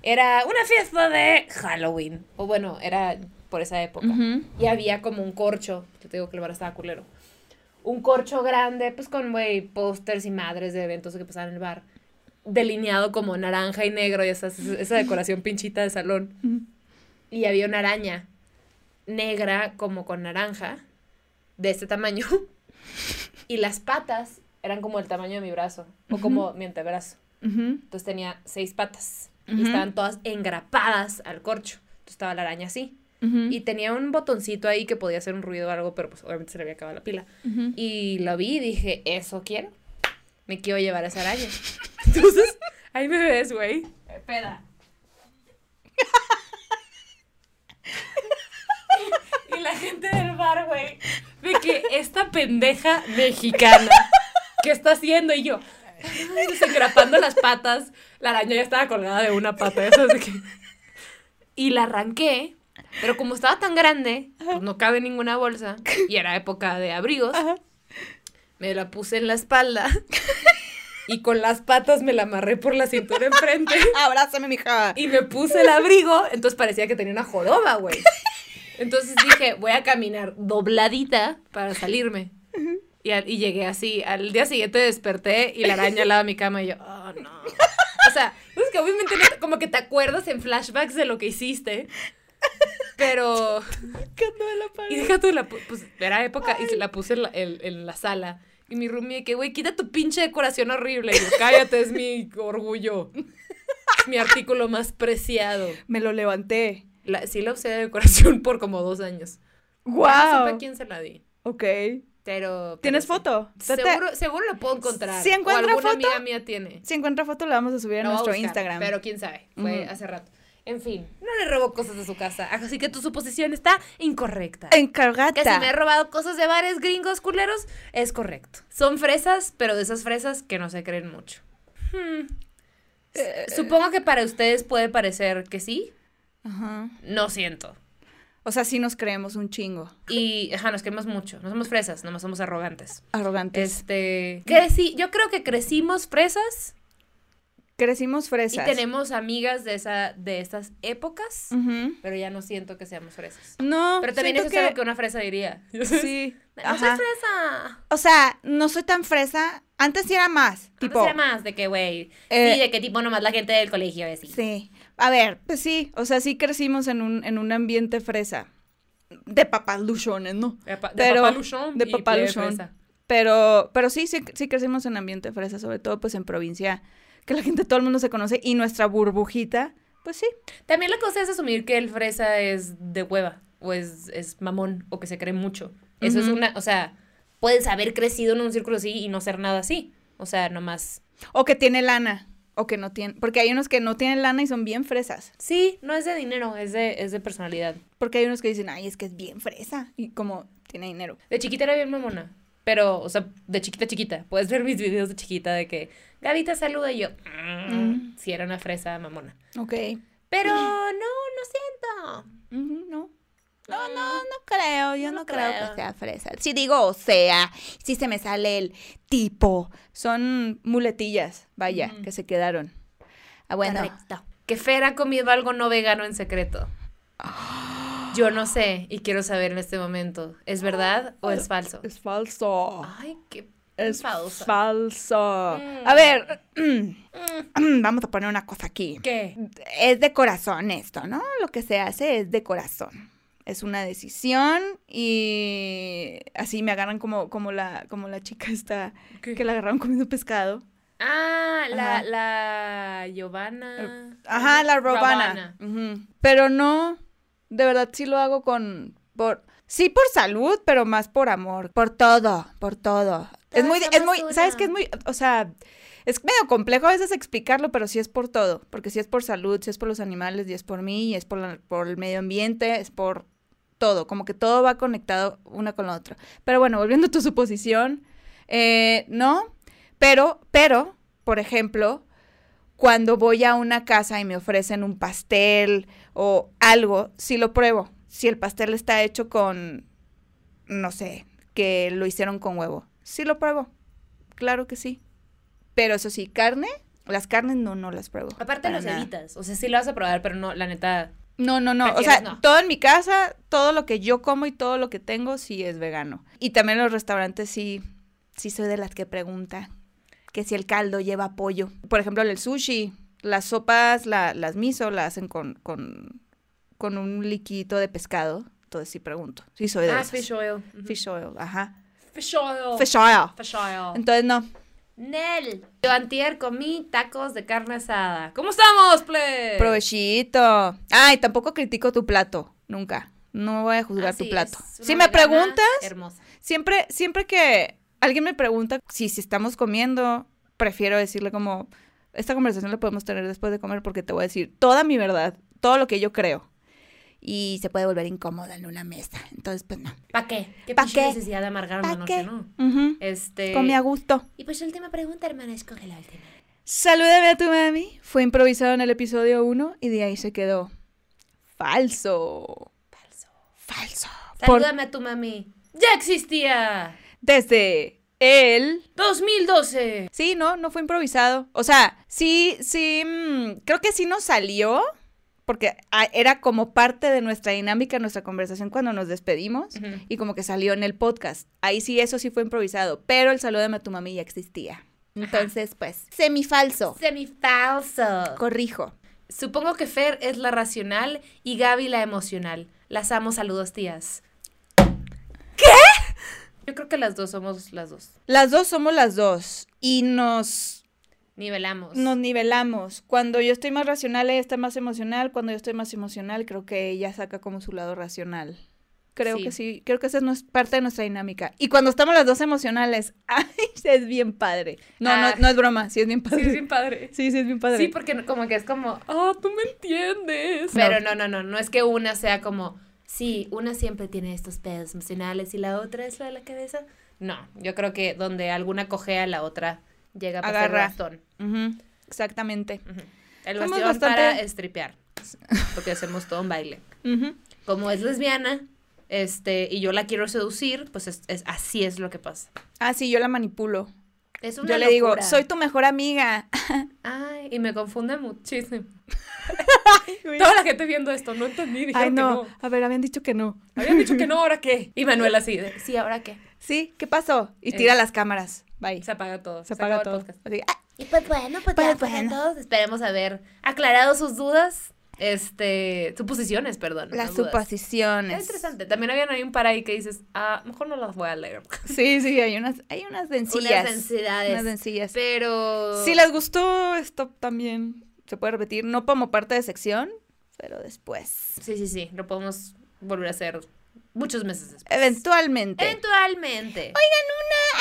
A: Era una fiesta de Halloween. O bueno, era por esa época.
B: Ujú.
A: Y había como un corcho. Yo te digo que el bar estaba culero. Un corcho grande, pues con, güey, pósters y madres de eventos que pasaban en el bar. Delineado como naranja y negro, y esa, esa decoración pinchita de salón. Y había una araña negra, como con naranja, de este tamaño. Y las patas eran como el tamaño de mi brazo, o como mi antebrazo.
B: Ujú.
A: Entonces tenía seis patas y
B: Ujú.
A: estaban todas engrapadas al corcho. Entonces estaba la araña así.
B: Ujú.
A: Y tenía un botoncito ahí que podía hacer un ruido o algo, pero pues obviamente se le había acabado la pila.
B: Ujú.
A: Y lo vi y dije, eso quiero. Me quiero llevar a esa araña. Entonces, ahí me ves, güey. Eh, Peda. y la gente del bar, güey. De que esta pendeja mexicana. ¿Qué está haciendo? Y yo. ay, Desengrapando las patas. La araña ya estaba colgada de una pata. Eso es de que... Y la arranqué. Pero como estaba tan grande, pues no cabe en ninguna bolsa. Y era época de abrigos.
B: Ajá.
A: Me la puse en la espalda y con las patas me la amarré por la cintura enfrente
B: Abrázame, mija.
A: y me puse el abrigo, entonces parecía que tenía una joroba, güey. Entonces dije, voy a caminar dobladita para salirme. Y, al- y llegué así. Al día siguiente desperté y la araña al lado de mi cama y yo, oh no. O sea, es que obviamente no te- como que te acuerdas en flashbacks de lo que hiciste. Pero. Y deja tú, la, pu- pues era época y se la puse en la, en- en la sala. Y mi roomie que, güey, quita tu pinche decoración horrible. Y yo, cállate, es mi orgullo. Es mi artículo más preciado.
B: Me lo levanté.
A: La- sí la usé de decoración por como dos años. No supe a
B: Wow.
A: quién se la di.
B: Ok.
A: Pero...
B: Ah, ¿Tienes
A: pero sí.
B: foto? Trata-
A: Seguro, seguro la puedo encontrar.
B: Si encuentra
A: o alguna
B: foto,
A: amiga mía tiene.
B: Si encuentra foto, la vamos a subir a
A: La voy a
B: nuestro
A: buscar,
B: Instagram.
A: Pero quién sabe. Fue
B: Ujú.
A: hace rato. En fin, no le robo cosas de su casa. Así que tu suposición está incorrecta. Que si me he
B: Encargata.
A: robado cosas de bares gringos culeros, es correcto. Son fresas, pero de esas fresas que no se creen mucho. Hmm.
B: Eh.
A: S- Supongo que para ustedes puede parecer que sí.
B: Ajá.
A: No siento.
B: O sea, sí nos creemos un chingo.
A: Y, ajá, nos queremos mucho. No somos fresas, nomás somos arrogantes.
B: Arrogantes.
A: Este. Crecí, yo creo que crecimos fresas
B: Crecimos fresas.
A: y tenemos amigas de, esa, de esas épocas,
B: Ujú.
A: pero ya no siento que seamos fresas.
B: No.
A: Pero también eso
B: siento
A: es algo que una fresa diría.
B: Sí.
A: No soy
B: Ajá.
A: fresa.
B: O sea, no soy tan fresa. Antes sí era más.
A: Tipo,
B: Tipo.
A: más de que, güey.
B: Eh,
A: sí, de qué tipo nomás la gente del colegio es. Sí.
B: Sí. A ver, pues sí. O sea, sí crecimos en un, en un ambiente fresa. De papaluchones, ¿no?
A: De
B: Pero-
A: papaluchón.
B: de papaluchón. Pero, pero sí, sí, sí crecimos en ambiente fresa, sobre todo pues en provincia, que la gente, todo el mundo se conoce y nuestra burbujita, pues sí.
A: También la cosa es asumir que el fresa es de hueva o es, es mamón o que se cree mucho. Eso es
B: Ujú.
A: una, o sea, puedes haber crecido en un círculo así y no ser nada así. O sea, nomás.
B: O que tiene lana, o que no tiene, porque hay unos que no tienen lana y son bien fresas,
A: Sí, no es de dinero, es de, es de personalidad.
B: porque hay unos que dicen, ay, es que es bien fresa, y como tiene dinero.
A: De chiquita era bien mamona. Pero, o sea, de chiquita, chiquita. Puedes ver mis videos de chiquita de que Gavita saluda y yo.
B: Mm.
A: Si era una fresa mamona.
B: Ok.
A: Pero no, no siento.
B: Ujú, no. No, no, no creo, yo
A: no
B: no,
A: creo.
B: creo. que sea fresa. Si digo, o sea, si se me sale el tipo, son muletillas, vaya, que se quedaron. Ah, bueno.
C: Correcto.
A: Que Fer ha comido algo no vegano en secreto. Yo no sé y quiero saber en este momento. ¿Es verdad o es falso?
B: Es falso.
A: Ay, qué
B: Es
A: falso.
B: falso. A ver,
A: Mm.
B: vamos a poner una cosa aquí.
A: ¿Qué?
B: Es de corazón esto, ¿no? Lo que se hace es de corazón. Es una decisión y así me agarran como, como, la, como la chica esta
A: ¿Qué?
B: que la agarraron comiendo pescado.
A: Ah, la,
B: Ajá. Eh,
A: la Giovanna.
B: Ajá, la robana. Ujú. Pero no, de verdad sí lo hago con, por, sí por salud, pero más por amor, por todo, por todo. es
C: Toda
B: muy,
C: esa
B: es muy, ¿sabes
C: basura.
B: qué? Es muy, o sea, es medio complejo a veces explicarlo, pero sí es por todo, porque sí es por salud, sí es por los animales, y es por mí, y es por, la- por el medio ambiente, es por todo, como que todo va conectado una con la otra. Pero bueno, volviendo a tu suposición, eh, no, pero, pero, por ejemplo, cuando voy a una casa y me ofrecen un pastel o algo, sí lo pruebo. Si el pastel está hecho con, no sé, que lo hicieron con huevo, sí lo pruebo. Claro que sí. Pero eso sí, carne, las carnes no, no las pruebo.
C: Aparte
B: para
C: los
B: nada.
C: evitas. O sea, sí lo vas a probar, pero no, la neta.
B: No, no, no. O
C: Prefieres
B: sea,
C: no.
B: todo en mi casa, todo lo que yo como y todo lo que tengo sí es vegano. Y también los restaurantes sí, sí soy de las que pregunta que si el caldo lleva pollo. Por ejemplo, el sushi, las sopas, la- las miso, las hacen con, con, con un liquidito de pescado. Entonces sí pregunto. Sí soy de
A: Ah,
B: esas.
A: fish oil.
B: Fish oil, ajá.
A: Fish oil.
B: Fish oil.
A: Fish oil.
B: Entonces no.
A: Nel. Yo antier comí tacos de carne asada. ¿Cómo estamos, plebe?
B: Provechito. Ay, tampoco critico tu plato. Nunca. No voy a juzgar
A: Así
B: tu plato.
A: Ah, es, una
B: Si me
A: vegana
B: preguntas,
A: Hermosa.
B: Siempre, siempre que alguien me pregunta si, si estamos comiendo, prefiero decirle como, esta conversación la podemos tener después de comer porque te voy a decir toda mi verdad, todo lo que yo creo. Y se puede volver incómoda en una mesa. Entonces, pues no.
A: ¿Para qué? ¿Qué
B: ¿Pa
A: pinche
B: qué?
A: necesidad de amargar
B: ¿Pa
A: una
B: qué?
A: noche, Ah, no?
B: Ujú.
A: Este.
B: Come a gusto.
C: Y pues última pregunta, hermana, escoge la última.
B: Salúdame a tu mami. Fue improvisado en el episodio 1 y de ahí se quedó. Falso.
C: Falso.
B: Falso. Por-
A: Salúdame a tu mami. ¡Ya existía!
B: desde él.
A: 2012.
B: Sí, no, no fue improvisado. O sea, sí, sí, mm, creo que sí nos salió, porque ah, era como parte de nuestra dinámica, nuestra conversación cuando nos despedimos, y como que salió en el podcast. Ahí sí, eso sí fue improvisado, pero el saludo a tu mami ya existía. Entonces, pues, semifalso.
C: Semifalso.
B: Corrijo.
A: Supongo que Fer es la racional y Gaby la emocional. Las amo, saludos, tías. ¿Qué? Yo creo que las dos somos las dos.
B: Las dos somos las dos y nos,
A: Nivelamos.
B: nos nivelamos. Cuando yo estoy más racional, ella está más emocional. Cuando yo estoy más emocional, creo que ella saca como su lado racional. Creo
A: Sí.
B: que sí, creo que esa es nues- parte de nuestra dinámica. Y cuando estamos las dos emocionales, ay, es bien padre. No,
A: Ah.
B: no, no es broma, sí es bien
A: Sí,
B: padre.
A: es bien padre.
B: Sí, sí es bien padre.
A: Sí, porque no- como que es como, ah, tú me entiendes.
B: No.
A: Pero no, no, no, no es que una sea como, sí, una siempre tiene estos pedos emocionales y la otra es la de la cabeza. No, yo creo que donde alguna cojea, la otra llega a pasar
B: Agarra.
A: el bastón.
B: Ujú, exactamente.
A: Ujú. El
B: Somos
A: bastón
B: bastante-
A: para estripear, porque hacemos todo un baile.
B: Ujú.
A: Como es lesbiana, este, y yo la quiero seducir, pues es, es- así es lo que pasa.
B: Ah, sí, yo la manipulo.
A: Es
B: Yo
A: una
B: le digo,
A: locura.
B: soy tu mejor amiga.
A: Ay, y me confunde muchísimo. Toda la gente viendo esto, no entendí, dijeron
B: Ay, no.
A: que no.
B: A ver, habían dicho que no.
A: Habían dicho que no, ¿ahora qué? Y Manuel así, de, sí, ¿ahora qué?
B: Sí, ¿qué pasó? Y
A: Eh.
B: tira las cámaras. Bye.
A: Se apaga todo.
B: Se apaga
A: acabó el
B: todo.
A: podcast.
B: Así, ah,
C: Y pues bueno, pues,
B: Pues
C: ya fueron
B: bueno.
C: todos.
A: Esperemos haber aclarado sus dudas, este, suposiciones, perdón. no
B: las
A: dudas.
B: suposiciones.
A: Está interesante. También habían ahí un par ahí que dices, ah, mejor no las voy a leer.
B: Sí, sí, hay unas, hay unas
A: Unas
B: densillas.
A: densidades.
B: Unas densillas.
A: Pero...
B: Si les gustó esto también, se puede repetir, no como parte de sección, pero después.
A: Sí, sí, sí. Lo podemos volver a hacer muchos meses después.
B: Eventualmente.
A: Eventualmente.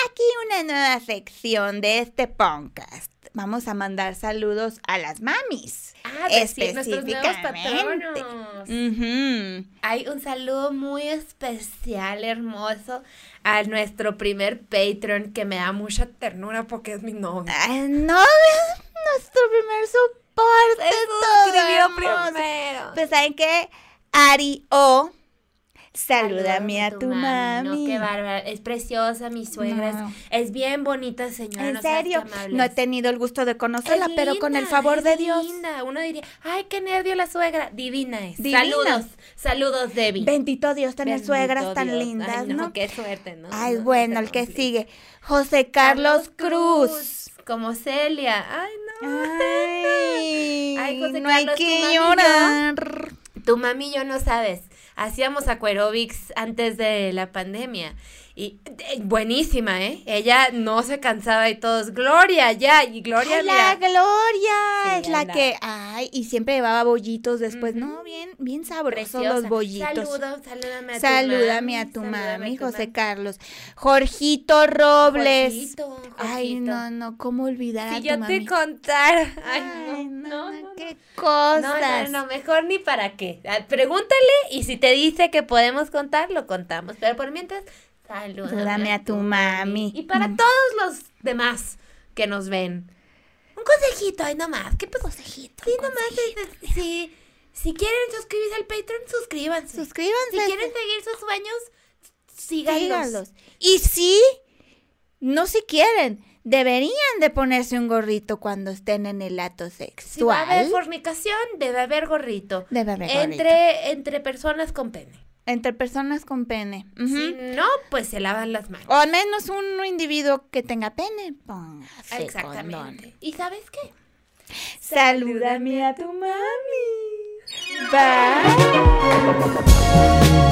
B: Aquí una nueva sección de este podcast. Vamos a mandar saludos a las mamis.
A: Ah, de- sí, nuestros nuevos
B: específicamente.
A: patronos.
B: Ujú.
C: Hay un saludo muy especial, hermoso, a nuestro primer Patreon que me da mucha ternura porque es mi novio.
B: Ay, no, nuestro primer soporte. todo
C: Suscribió
B: hermoso.
C: primero.
B: Pues saben que Ari O Salúdame a tu mami.
A: No, qué bárbara. Es preciosa, mi suegra.
B: No.
A: Es, es bien bonita, señora.
B: En
A: no sabes
B: serio,
A: qué amable
B: no he
A: es.
B: tenido el gusto de
A: Es
B: conocerla, pero con el
A: linda,
B: favor
A: es
B: de Dios.
A: Linda. Uno diría, ay, qué nervio la suegra. Divina es.
B: Divina.
A: Saludos, saludos, Debbie.
B: Bendito Dios tener
A: Bendito
B: suegras tan
A: Dios. Ay,
B: lindas,
A: no,
B: ¿no?
A: Qué suerte, ¿no?
B: Ay,
A: No,
B: bueno,
A: no
B: el
A: se
B: que
A: complica.
B: sigue. José Carlos Cruz.
A: Como Celia. Ay, no.
B: Ay,
A: Ay, José
B: no hay
A: Carlos, tu
B: que
A: mami
B: llorar.
A: Tu mami y yo no sabes. Hacíamos acuerobics antes de la pandemia. Y eh, buenísima, ¿eh? Ella no se cansaba y todos, Gloria, ya. Y Gloria,
B: Ay, la
A: mira,
B: Gloria
A: Sí,
B: es la
A: anda.
B: que, ay, y siempre llevaba bollitos después,
A: Ujú.
B: no, bien, bien sabrosos
A: preciosa.
B: los bollitos.
A: Saludos, salúdame a tu
B: Salúdame
A: mami.
B: a tu
A: salúdame a
B: mami,
A: tu
B: José
A: mami.
B: Carlos. Jorgito Robles.
A: Jorgito,
B: Ay,
A: Jorgito.
B: no, no, cómo olvidar a
A: Si
B: tu
A: yo
B: mami.
A: te contara. Ay,
B: Ay,
A: no, no, no, no.
B: qué
A: No,
B: cosas.
A: no, no, mejor ni para qué. Ah, Pregúntale y si te dice que podemos contar, lo contamos. Pero por mientras,
B: Salúdame
A: salúdame
B: a tu mami. Mm.
A: Y para todos los demás que nos ven, un consejito, ay nomás. ¿Qué pues?
B: Consejito,
A: Sí, nomás. eh, eh, Si, si quieren suscribirse al Patreon, suscríbanse.
B: Suscríbanse.
A: si quieren seguir sus sueños, síganlos.
B: síganlos. Y sí, no si quieren, deberían de ponerse un gorrito cuando estén en el acto
A: Si va a haber
B: sexual.
A: fornicación, debe haber gorrito.
B: Debe haber gorrito.
A: Entre, entre personas con pene.
B: Entre personas con pene. ujú.
A: Si no, pues se lavan las manos.
B: O al menos un individuo que tenga pene. Póngase
A: Exactamente.
B: condón.
A: ¿Y sabes qué?
B: Salúdame a tu mami. Bye.